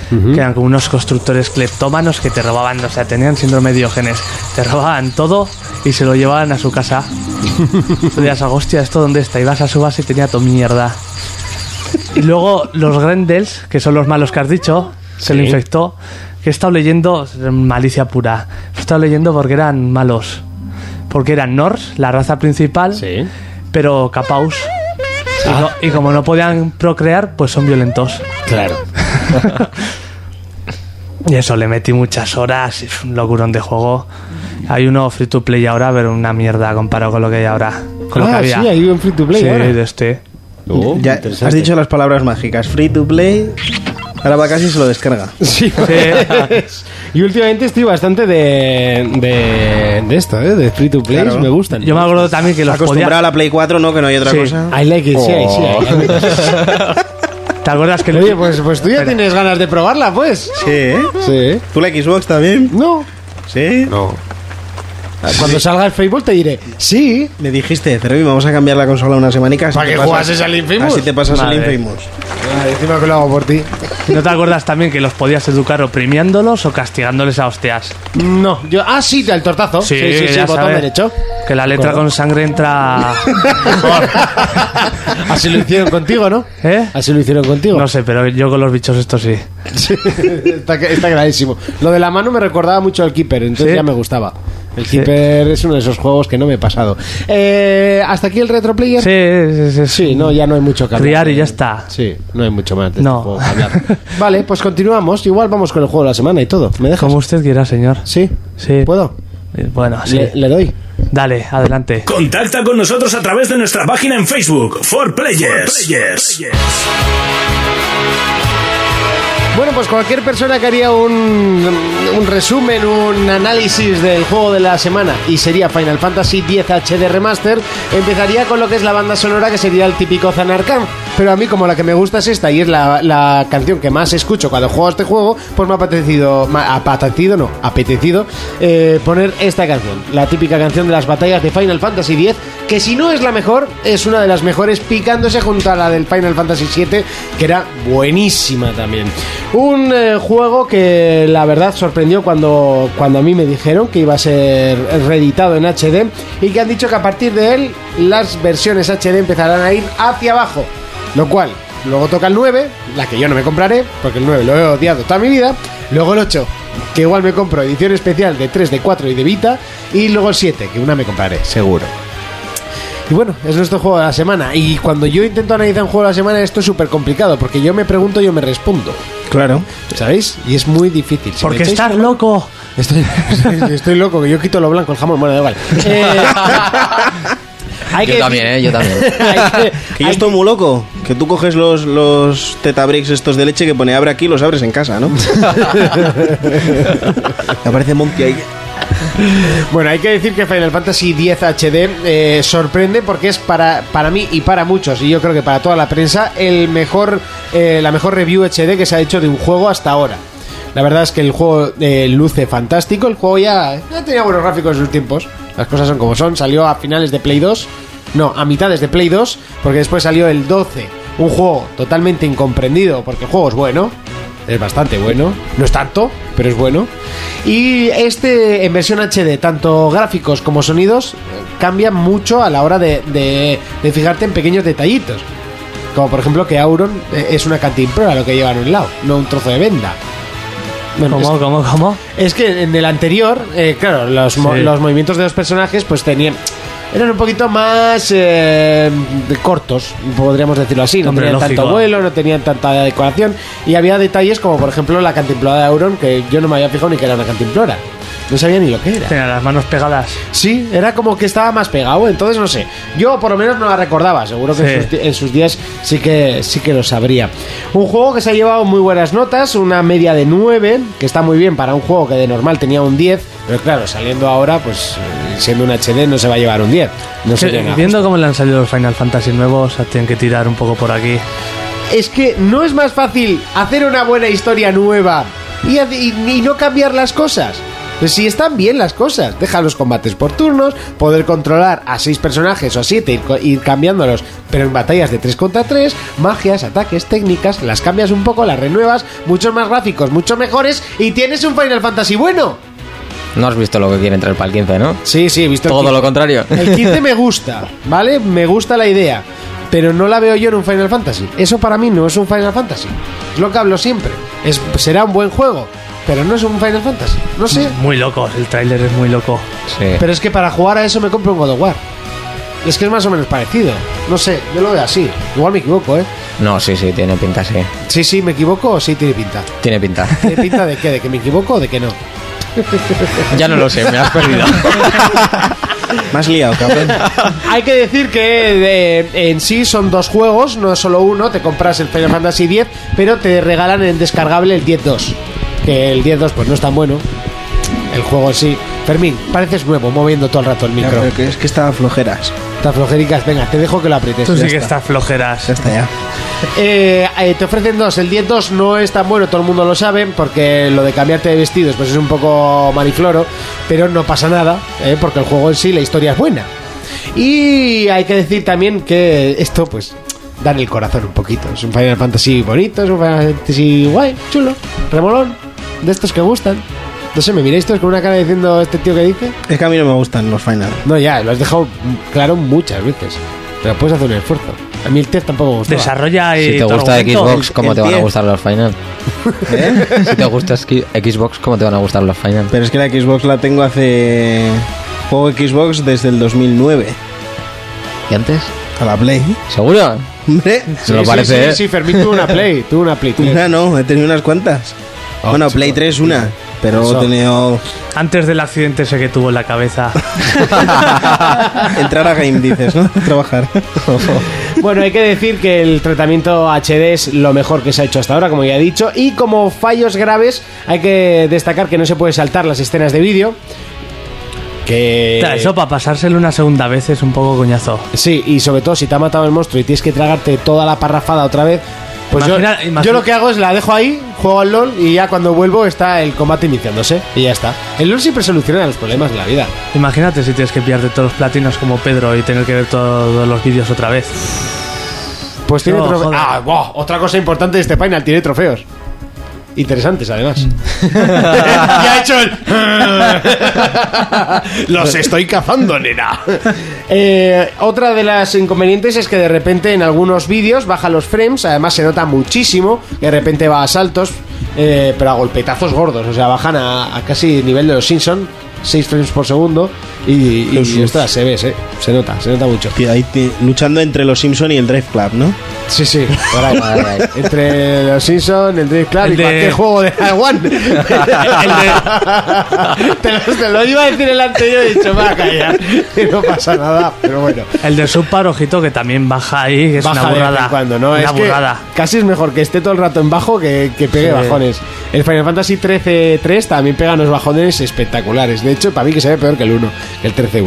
que eran como unos constructores cleptómanos que te robaban, o sea, tenían síndrome de Diógenes, te robaban todo y se lo llevaban a su casa. Tú dirías, hostia, ¿esto dónde está? Ibas a su base y tenía tu mierda. Y luego los Grendels, que son los malos que has dicho, se lo infectó, que he estado leyendo malicia pura. He estado leyendo porque eran malos. Porque eran Nors, la raza principal,
Sí.
pero capaus. Y,
Ah.
co- y como no podían procrear, pues son violentos.
Claro.
Y eso, le metí muchas horas, es un locurón de juego. Hay uno free to play ahora, pero una mierda comparado con lo que hay ahora. Con lo que
ah,
había.
sí, ahí en Free to Play.
Sí,
ahora.
de este.
Oh,
Ya, has
interesante.
dicho las palabras mágicas. Free to play. Ahora va casi y se lo descarga.
(laughs) Sí. y últimamente estoy bastante de, de, de esto, ¿eh? de free to play,
Claro.
me gustan.
Yo me acuerdo también que los
Acostumbrado
podía...
a la Play 4, ¿no? Que no hay otra
Sí.
cosa.
I like it, sí, I- sí, I like it.
¿Te acuerdas que
Oye, pues, pues tú ya tienes ganas de probarla, pues.
Sí, ¿eh?
Sí.
¿Tú la Xbox también?
No.
Sí.
No. Cuando salga el Facebook te diré, sí.
Le dijiste, Cervi, vamos a cambiar la consola una semanica. así
¿Para
te
que
pasas-
jugases al Infamous?
Así te pasas al
Madre.
Infamous.
Ah, encima que lo hago por ti.
¿No te acuerdas también que los podías educar o premiándolos o castigándoles a hostias?
No, yo, ah, sí, el tortazo. Sí, sí, sí,
ya
botón
sabes
derecho.
Que la letra
Acuerdo.
con
(laughs)
sangre entra...
Así lo hicieron contigo,
(laughs)
¿no?
¿Eh?
Así lo hicieron contigo.
No sé, pero yo con los bichos esto sí.
Sí, está, está clarísimo. Lo de la mano me recordaba mucho al Keeper, entonces
Sí.
ya me gustaba. El
Sí.
Keeper es uno de esos juegos que no me he pasado. Eh, Hasta aquí el Retro Player.
Sí, es, es- es
Sí, no, ya no hay mucho que hablar.
criar y ya está.
Sí, no hay mucho más de
No.
este juego que
(laughs)
hablar. Vale, pues continuamos. Igual vamos con el juego de la semana y todo. ¿Me dejas?
Como usted quiera, señor.
Sí.
Sí.
¿Puedo?
Eh, Bueno, sí.
Le, le doy.
Dale, adelante.
Contacta con nosotros a través de nuestra página en Facebook, For Players. Players.
Bueno, pues cualquier persona que haría un, un resumen, un análisis del juego de la semana y sería Final Fantasy X HD Remaster, empezaría con lo que es la banda sonora que sería el típico Zanarkand. Pero a mí como la que me gusta es esta y es la, la canción que más escucho cuando juego a este juego, pues me ha apetecido, me ha apetecido, no, apetecido eh, poner esta canción, la típica canción de las batallas de Final Fantasy X, que si no es la mejor, es una de las mejores picándose junto a la del Final Fantasy VII, que era buenísima también. Un eh, juego que la verdad sorprendió cuando, cuando a mí me dijeron que iba a ser reeditado en HD y que han dicho que a partir de él las versiones HD empezarán a ir hacia abajo, lo cual... Luego toca el 9, la que yo no me compraré, porque el 9 lo he odiado toda mi vida. Luego el 8, que igual me compro edición especial de 3, de 4 y de Vita. Y luego el 7, que una me compraré, seguro. Y bueno, es nuestro juego de la semana. Y cuando yo intento analizar un juego de la semana, esto es súper complicado, porque yo me pregunto, yo me respondo.
Claro.
¿Sabes? Y es muy difícil. Si
Porque
me echáis- (laughs)
estás loco.
Estoy, estoy loco, que yo quito lo blanco, el jamón, bueno, da
(laughs)
igual. Eh, hay
Yo también, ¿eh? Yo también. (laughs)
hay
Que yo estoy muy loco. Que tú coges los, los tetabricks estos de leche que pone abre aquí y los abres en casa, ¿no? Me aparece Monty ahí.
Bueno, hay que decir que Final Fantasy X HD eh, sorprende porque es para, para mí y para muchos, y yo creo que para toda la prensa, el mejor, eh, la mejor review HD que se ha hecho de un juego hasta ahora. La verdad es que el juego eh, luce fantástico, el juego ya, eh, ya tenía buenos gráficos en sus tiempos, las cosas son como son, salió a finales de Play 2, no, a mitades de Play 2, porque después salió el 12, un juego totalmente incomprendido, porque el juego es bueno, es bastante bueno. No es tanto, pero es bueno. Y este en versión HD, tanto gráficos como sonidos, eh, cambian mucho a la hora de, de- de fijarte en pequeños detallitos. Como por ejemplo que Auron eh, es una cantimplora lo que lleva en un lado, no un trozo de venda. Bueno,
(laughs) ¿Cómo,
es-
cómo, cómo?
es que en el anterior, eh, claro, los, mo-
Sí.
los movimientos de los personajes pues tenían... Eran un poquito más eh, de- cortos, podríamos decirlo así. No
Hombre,
tenían tanto
lógico.
vuelo, no tenían tanta decoración. Y había detalles como, por ejemplo, la cantimplora de Auron, que yo no me había fijado ni que era una cantimplora. No sabía ni lo que era.
Tenía las manos pegadas.
Sí, era como que estaba más pegado, entonces no sé. Yo por lo menos no la recordaba, seguro que en,
Sí.
sus, di- en sus días sí que, sí que lo sabría. Un juego que se ha llevado muy buenas notas, una media de 9, que está muy bien para un juego que de normal tenía un 10, pero claro, saliendo ahora, pues eh, siendo un HD no se va a llevar un 10. No se
Que-
llega.
viendo cómo le han salido los Final Fantasy nuevos, o sea, tienen que tirar un poco por aquí.
es que no es más fácil hacer una buena historia nueva y, hace- y- y no cambiar las cosas. Pues si están bien las cosas, deja los combates por turnos, poder controlar a seis personajes o a siete, ir, co- ir cambiándolos, pero en batallas de 3 contra 3, magias, ataques, técnicas, las cambias un poco, las renuevas, muchos más gráficos, mucho mejores y tienes un Final Fantasy bueno.
No has visto lo que quiere entrar para el 15, ¿no?
Sí, sí, he visto el
Todo
kit.
lo contrario.
El 15 me gusta, ¿vale? Me gusta la idea. Pero no la veo yo en un Final Fantasy. Eso para mí no es un Final Fantasy. Es lo que hablo siempre. Es, será un buen juego, pero no es un Final Fantasy. No sé.
Muy locos, el tráiler es muy loco.
Sí.
Pero es que para jugar a eso me compro un God of War. Es que es más o menos parecido. No sé, yo lo veo así. Igual me equivoco, ¿eh?
No, sí, sí, tiene pinta, sí.
Sí, sí, me equivoco o sí tiene pinta.
Tiene pinta.
¿Tiene pinta de qué? ¿De que me equivoco o de que no?
Ya no lo sé, me has perdido.
Más liado, cabrón.
(laughs) Hay que decir que de- en sí son dos juegos, no es solo uno. Te compras el Final Fantasy X, pero te regalan en descargable el 10-2. Que el 10-2 pues no es tan bueno. El juego en sí. Fermín, pareces nuevo moviendo todo el rato el micro.
Pero que es que estaba flojeras.
Estas flojericas, venga, te dejo que lo aprietes.
Tú
Ya
sí que
está.
estás flojeras.
Eh, eh, te ofrecen dos. El 10-2 no es tan bueno, todo el mundo lo sabe, porque lo de cambiarte de vestidos pues es un poco marifloro, pero no pasa nada, eh, porque el juego en sí, la historia es buena. Y hay que decir también que esto, pues, da en el corazón un poquito. Es un Final Fantasy bonito, es un Final Fantasy guay, chulo, remolón, de estos que gustan. No sé, me miráis todos con una cara diciendo este tío que dice.
Es que a mí no me gustan los Final.
No, ya, lo has dejado claro muchas veces. Pero puedes hacer un esfuerzo. A mí el TEF tampoco me gustaba.
Desarrolla y
Si te
todo
gusta
junto.
Xbox, ¿cómo
el
te van a
10.
gustar los Final? (laughs) Si te gusta esqui- Xbox, ¿cómo te van a gustar los Final?
Pero es que la Xbox la tengo hace. Juego Xbox desde el 2009.
¿Y antes?
A la Play.
¿Seguro?
Hombre.
Se lo parece,
sí,
¿eh?
sí, Fermín tuvo una
(laughs)
Play, tuvo una Play. tres.
Una no, he tenido unas cuantas. bueno, Play 3 una. Pero
Eso.
he tenido.
Antes del accidente ese que tuvo en la cabeza.
Entrar a Game, dices, ¿no? (laughs) Trabajar.
Bueno, hay que decir que el tratamiento HD es lo mejor que se ha hecho hasta ahora, como ya he dicho. Y como fallos graves, hay que destacar que no se puede saltar las escenas de vídeo. Que.
Claro, (laughs) Eso para pasárselo una segunda vez es un poco coñazo.
Sí, y sobre todo si te ha matado el monstruo y tienes que tragarte toda la parrafada otra vez. Pues yo-
Imagina-
yo,
imagina-
lo que hago es la dejo ahí, juego al LOL y ya cuando vuelvo está el combate iniciándose y ya está. El LOL siempre soluciona los problemas de la vida.
Imagínate si tienes que pillarte todos los platinos como Pedro y tener que ver todos los vídeos otra vez.
Pues tiene
No,
trofeos.
joder.
Ah, buah, otra cosa importante de este final, tiene trofeos. Interesantes, además. (laughs) ya ha hecho el. Los estoy cazando, nena. Eh, otra de las inconvenientes es que de repente en algunos vídeos baja los frames. Además, se nota muchísimo. que De repente va a saltos, eh, pero a golpetazos gordos. O sea, bajan a, a casi nivel de los Simpson 6 frames por segundo. Y, y,
Jesús.
ostras, se ve, se, se nota, se nota mucho.
Tío, ahí te- luchando entre los Simpson y el Drive Club, ¿no?
Sí, (laughs) sí, por ahí. Entre los Simpsons, el Drift Club
El
y
de-
cualquier juego de
(laughs)
Taiwán. te, lo, te lo iba a decir el anterior y he dicho, me voy a
(laughs)
callar. Y no pasa nada, pero bueno.
El de Subpar, ojito, que también baja ahí, que es
Baja
una
de vez en
burrada.
cuando, ¿no?
Una
Es que
burrada.
casi es mejor que esté todo el rato en bajo que, que pegue
Sí.
bajones. El Final Fantasy 13-3 también pega unos bajones espectaculares. De hecho, para mí que se ve peor que el 1, que el 13-1.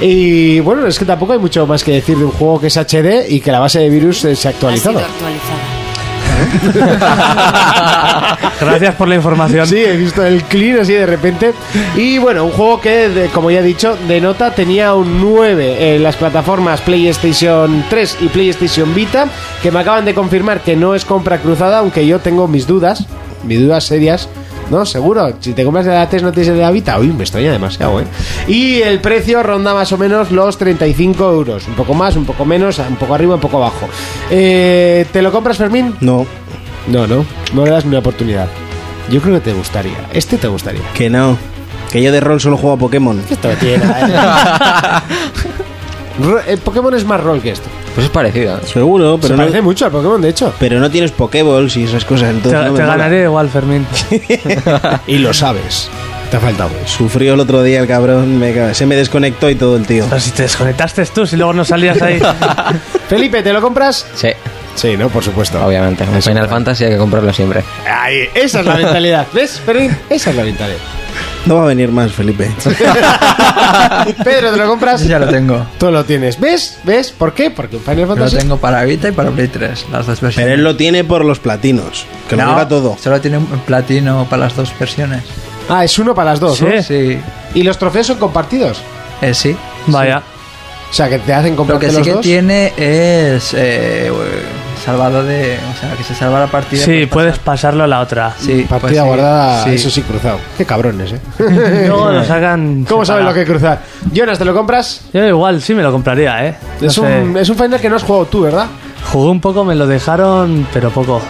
Y bueno, es que tampoco hay mucho más que decir de un juego que es HD y que la base de virus eh, se ha
Ha sido
actualizado.
actualizada.
(laughs)
Gracias por la información.
Sí, he visto el clean así de repente. Y bueno, un juego que, de- como ya he dicho, de nota tenía un 9 en las plataformas PlayStation 3 y PlayStation Vita, que me acaban de confirmar que no es compra cruzada, aunque yo tengo mis dudas, mis dudas serias. No, seguro, si te compras de la 3 no tienes de la Vita. Uy, me extraña demasiado, ¿eh? Y el precio ronda más o menos los 35 euros. Un poco más, un poco menos, un poco arriba, un poco abajo. Eh, ¿Te lo compras, Fermín?
No,
No, no, no le das ni una oportunidad. Yo creo que te gustaría. Este te gustaría.
que no. Que yo de rol solo juego a Pokémon.
Esto no tiene nada, ¿eh? (laughs) Ro- El Pokémon es más rol que esto.
Pues es parecido. ¿eh?
Seguro,
Se
pero no,
parece mucho al Pokémon, de hecho.
pero no tienes Pokéballs y esas cosas.
Te,
Entonces no me
te
mola.
ganaré igual, Fermín.
Y lo sabes. Te ha faltado eso.
Sufrió el otro día el cabrón, me cago- se me desconectó y todo el tío.
Pero si te desconectaste tú, si luego no salías
(laughs)
ahí.
(laughs) Felipe, ¿te lo compras?
Sí,
Sí, ¿no? Por supuesto.
obviamente. Un Final Fantasy hay que comprarlo siempre.
Ahí, esa es la (laughs) mentalidad. ¿Ves, Fermín? Esa es la (laughs) mentalidad.
No va a venir más, Felipe.
Pedro, ¿te lo compras?
Ya lo tengo.
Tú lo tienes. ¿Ves? ¿Ves? ¿Por qué? Porque un Final
Lo
Fantasy...
tengo para Vita y para Play 3, las dos
Pero
versiones.
él lo tiene por los platinos. Que lo
No,
lleva todo.
Solo tiene un platino para las dos versiones.
Ah, es uno para las dos, ¿no?
¿Eh?
Sí.
Y los trofeos son compartidos.
Eh, sí.
Vaya.
O sea, que te hacen
Lo
comprarte
que sí
los
que
dos.
tiene es eh, salvado de. O sea, que se salva la partida.
Sí,
y
puedes pasarlo a
(laughs)
la otra.
Sí,
Partida
pues sí.
guardada,
Sí.
eso sí, cruzado. Qué cabrones, ¿eh?
Luego nos hagan.
¿Cómo sabes lo
separado.
que cruzar? Jonas, ¿te lo compras?
Yo igual sí me lo compraría, ¿eh? No
Es,
sé.
un, es un final que no has jugado tú, ¿verdad?
Jugué un poco, me lo dejaron, pero poco.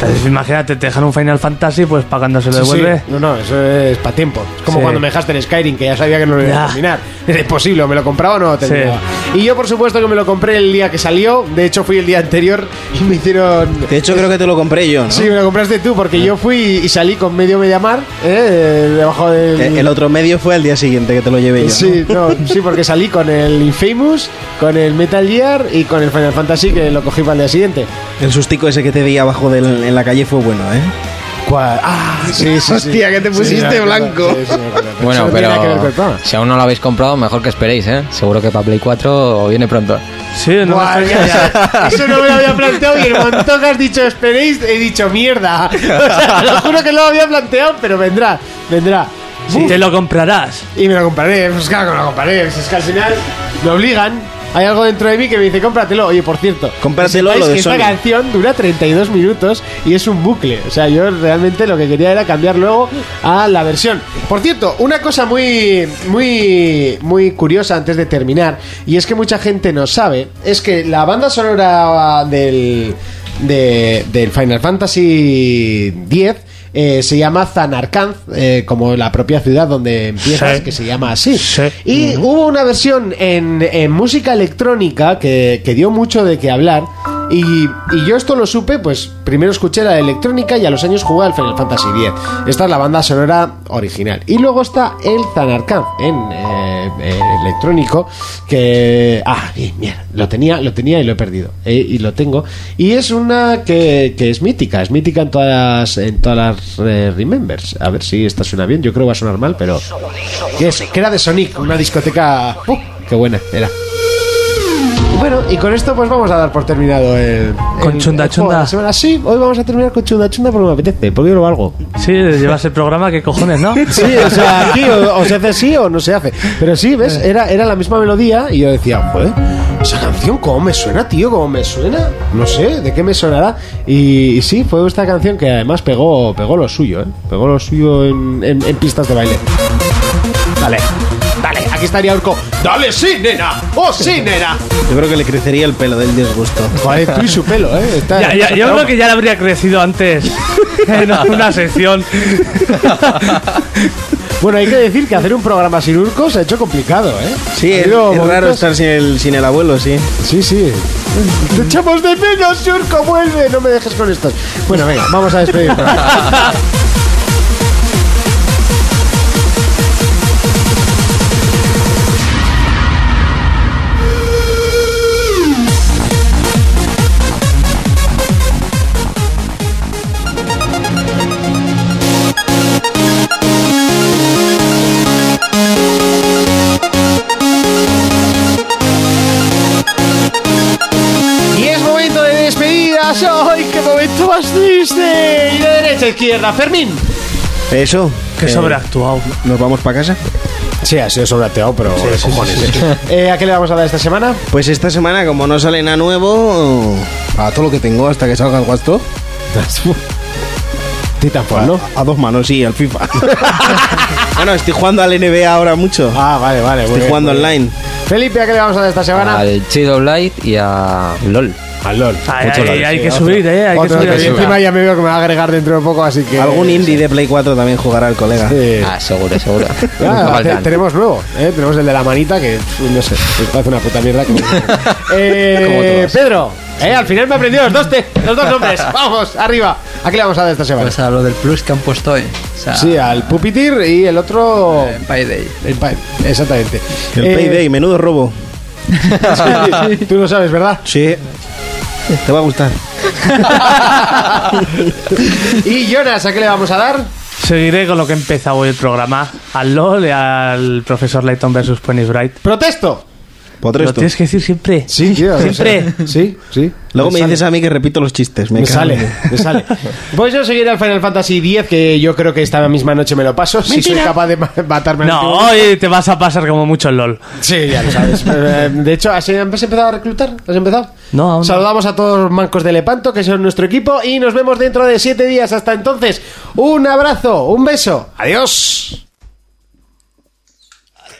Entonces, imagínate, te dejan un Final Fantasy, pues para cuando se
Sí,
lo
sí.
devuelve.
No, no, eso es para tiempo. Es como
Sí.
cuando me dejaste el Skyrim, que ya sabía que no lo iba a
Ya.
terminar. Era imposible, o me lo compraba o no lo terminaba. Y yo, por supuesto, que me lo compré el día que salió. De hecho, fui el día anterior y me hicieron.
De hecho, creo que te lo compré yo, ¿no?
Sí, me lo compraste tú, porque yo fui y salí con medio Mediamar, ¿eh? debajo del.
Eh, El otro medio fue al día siguiente que te lo llevé yo.
Sí, no, sí, porque salí con el Infamous, con el Metal Gear y con el Final Fantasy, que lo cogí para el día siguiente.
El sustico ese que te di abajo del- en la calle fue bueno, ¿eh?
Pues, ah, sí, sí, sí.
Hostia, que te
Sí,
pusiste
me acuerdo,
blanco.
sí, sí, me acuerdo.
Bueno,
Eso no tiene nada que ver con el
pero
programa.
si aún no lo habéis comprado, mejor que esperéis, ¿eh? Seguro que para Play 4 viene pronto.
Sí, no
Buah,
me
ya, ya. Eso no me lo había planteado y el momento que has dicho esperéis, he dicho mierda. (laughs) O sea, lo juro que no lo había planteado, pero vendrá, vendrá.
Sí,
Uf,
te lo comprarás.
Y me lo compraré, pues claro que me lo compraré. si Es que al final me obligan. Hay algo dentro de mí que me dice, cómpratelo. Oye, por cierto,
Cómpratelo,
que sepáis
lo de
que esta
Sony.
canción dura 32 minutos y es un bucle. O sea, yo realmente lo que quería era cambiar luego a la versión. Por cierto, una cosa muy, muy, muy curiosa antes de terminar, y es que mucha gente no sabe, es que la banda sonora del, de- del Final Fantasy X eh, se llama Zanarkand, eh, como la propia ciudad donde empiezas,
Sí.
que se llama así.
Sí.
Y hubo una versión en, en música electrónica que, que dio mucho de qué hablar. Y, y yo esto lo supe, pues primero escuché la electrónica y a los años jugué al Final Fantasy X. Esta es la banda sonora original. Y luego está el Zanarkand en eh, eh, electrónico, que... Ah, y mierda, lo tenía, lo tenía y lo he perdido. eh, y lo tengo. Y es una que, que es mítica, es mítica en todas las, en todas las eh, Remembers. A ver si esta suena bien, yo creo que va a sonar mal, pero... Que, es- que era de Sonic, una discoteca. ¡Uh! ¡Qué buena! Era. Bueno, y con esto pues vamos a dar por terminado el.
Con
el-
chunda
el juego de
chunda.
la semana. Sí, hoy vamos a terminar con chunda chunda porque me apetece, porque yo lo valgo.
Sí, llevas el programa, ¿qué
(laughs)
cojones, no?
Sí, o sea, aquí o, o se hace sí o no se hace. Pero sí, ¿ves? Era, era la misma melodía y yo decía, joder, esa canción, ¿cómo me suena, tío? ¿Cómo me suena? No sé, ¿de qué me sonará? Y, y sí, fue esta canción que además pegó, pegó lo suyo, ¿eh? Pegó lo suyo en, en- en pistas de baile. Dale, dale, aquí estaría Urco. ¡Dale, sí, nena! ¡Oh, sí, nena!
Yo creo que le crecería el pelo del disgusto.
Joder, tú y su pelo, ¿eh? Está-
Ya, ya, yo
está-
creo que ya le habría
(laughs)
crecido antes en una sección.
Bueno, hay que decir que hacer un programa sin Urco se ha hecho complicado, ¿eh?
Sí,
Ha
es,
habido
es raro
momentos-
estar sin el, sin el abuelo, sí.
Sí, sí. Te echamos de menos, Surco, vuelve. No me dejes con estos. Bueno, venga, vamos a (laughs) despedirnos. y es momento de despedidas. ¡Ay, qué momento más triste! Y de derecha a izquierda, Fermín.
Eso.
Que
eh,
sobreactuado.
¿Nos vamos para casa?
Sí, ha sido sobreteado, pero cojones. (laughs) Eh, ¿A qué le vamos a dar esta semana?
Pues esta semana, como no sale nada nuevo, a todo lo que tengo hasta que salga el gasto.
(laughs) Titanfall, ¿no?
A dos manos, sí,
(laughs)
al FIFA. bueno, estoy jugando al NBA ahora mucho.
Ah, vale, vale. muy
estoy
bien,
jugando
muy bien.
online.
Felipe, ¿a qué le vamos a dar esta semana?
Al Child of Light y a LOL.
Al LOL.
Ay,
Mucho
ay,
la
ay, hay
leche,
que subir, eh, hay que
Otro,
subir.
que
la lista.
encima ya me veo que me va a agregar dentro de poco, así que...
Algún indie de Play 4 también jugará el colega.
Sí.
Ah, seguro, seguro. Nunca
(laughs) Ah, te-
faltan.
tenemos nuevo, ¿eh? tenemos el de la manita que pf, no sé, me parece una puta mierda. que- (laughs) eh, Pedro, eh, al final me he aprendido los dos, te- los dos (laughs) nombres. Vamos, arriba. ¿A qué le vamos a dar esta semana?
Pues a lo del plus que han puesto hoy. O sea,
Pues, sí, al Pupitir y el otro.
en Payday.
Eh, el pa- (laughs) Exactamente.
El
Eh,
Payday, menudo robo.
sí, Tú lo sabes, ¿verdad?
Sí. Te va a gustar.
Y Jonas, ¿a qué le vamos a dar?
Seguiré con lo que empezaba hoy el programa. Al LOL y al profesor Layton versus Penny Bright.
¡Protesto!
Lo
Potresto.
tienes que decir siempre.
Sí, tío. o sea,
Siempre.
sí, sí.
Luego me dices a mí que repito los chistes. Me,
Me
cago en-
sale, me sale. (laughs) Pues yo seguiré al Final Fantasy X, que yo creo que esta misma noche me lo paso. Si soy capaz de ma- matarme al
No,
tiburón.
hoy te vas a pasar como mucho el LOL.
Sí, ya lo sabes. Eh, De hecho, ¿has has empezado a reclutar? ¿Has empezado?
No, aún no.
Saludamos a todos los mancos de Lepanto, que son nuestro equipo, y nos vemos dentro de siete días. Hasta entonces, un abrazo, un beso. Adiós.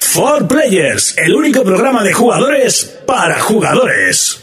For Players, el único programa de jugadores para jugadores.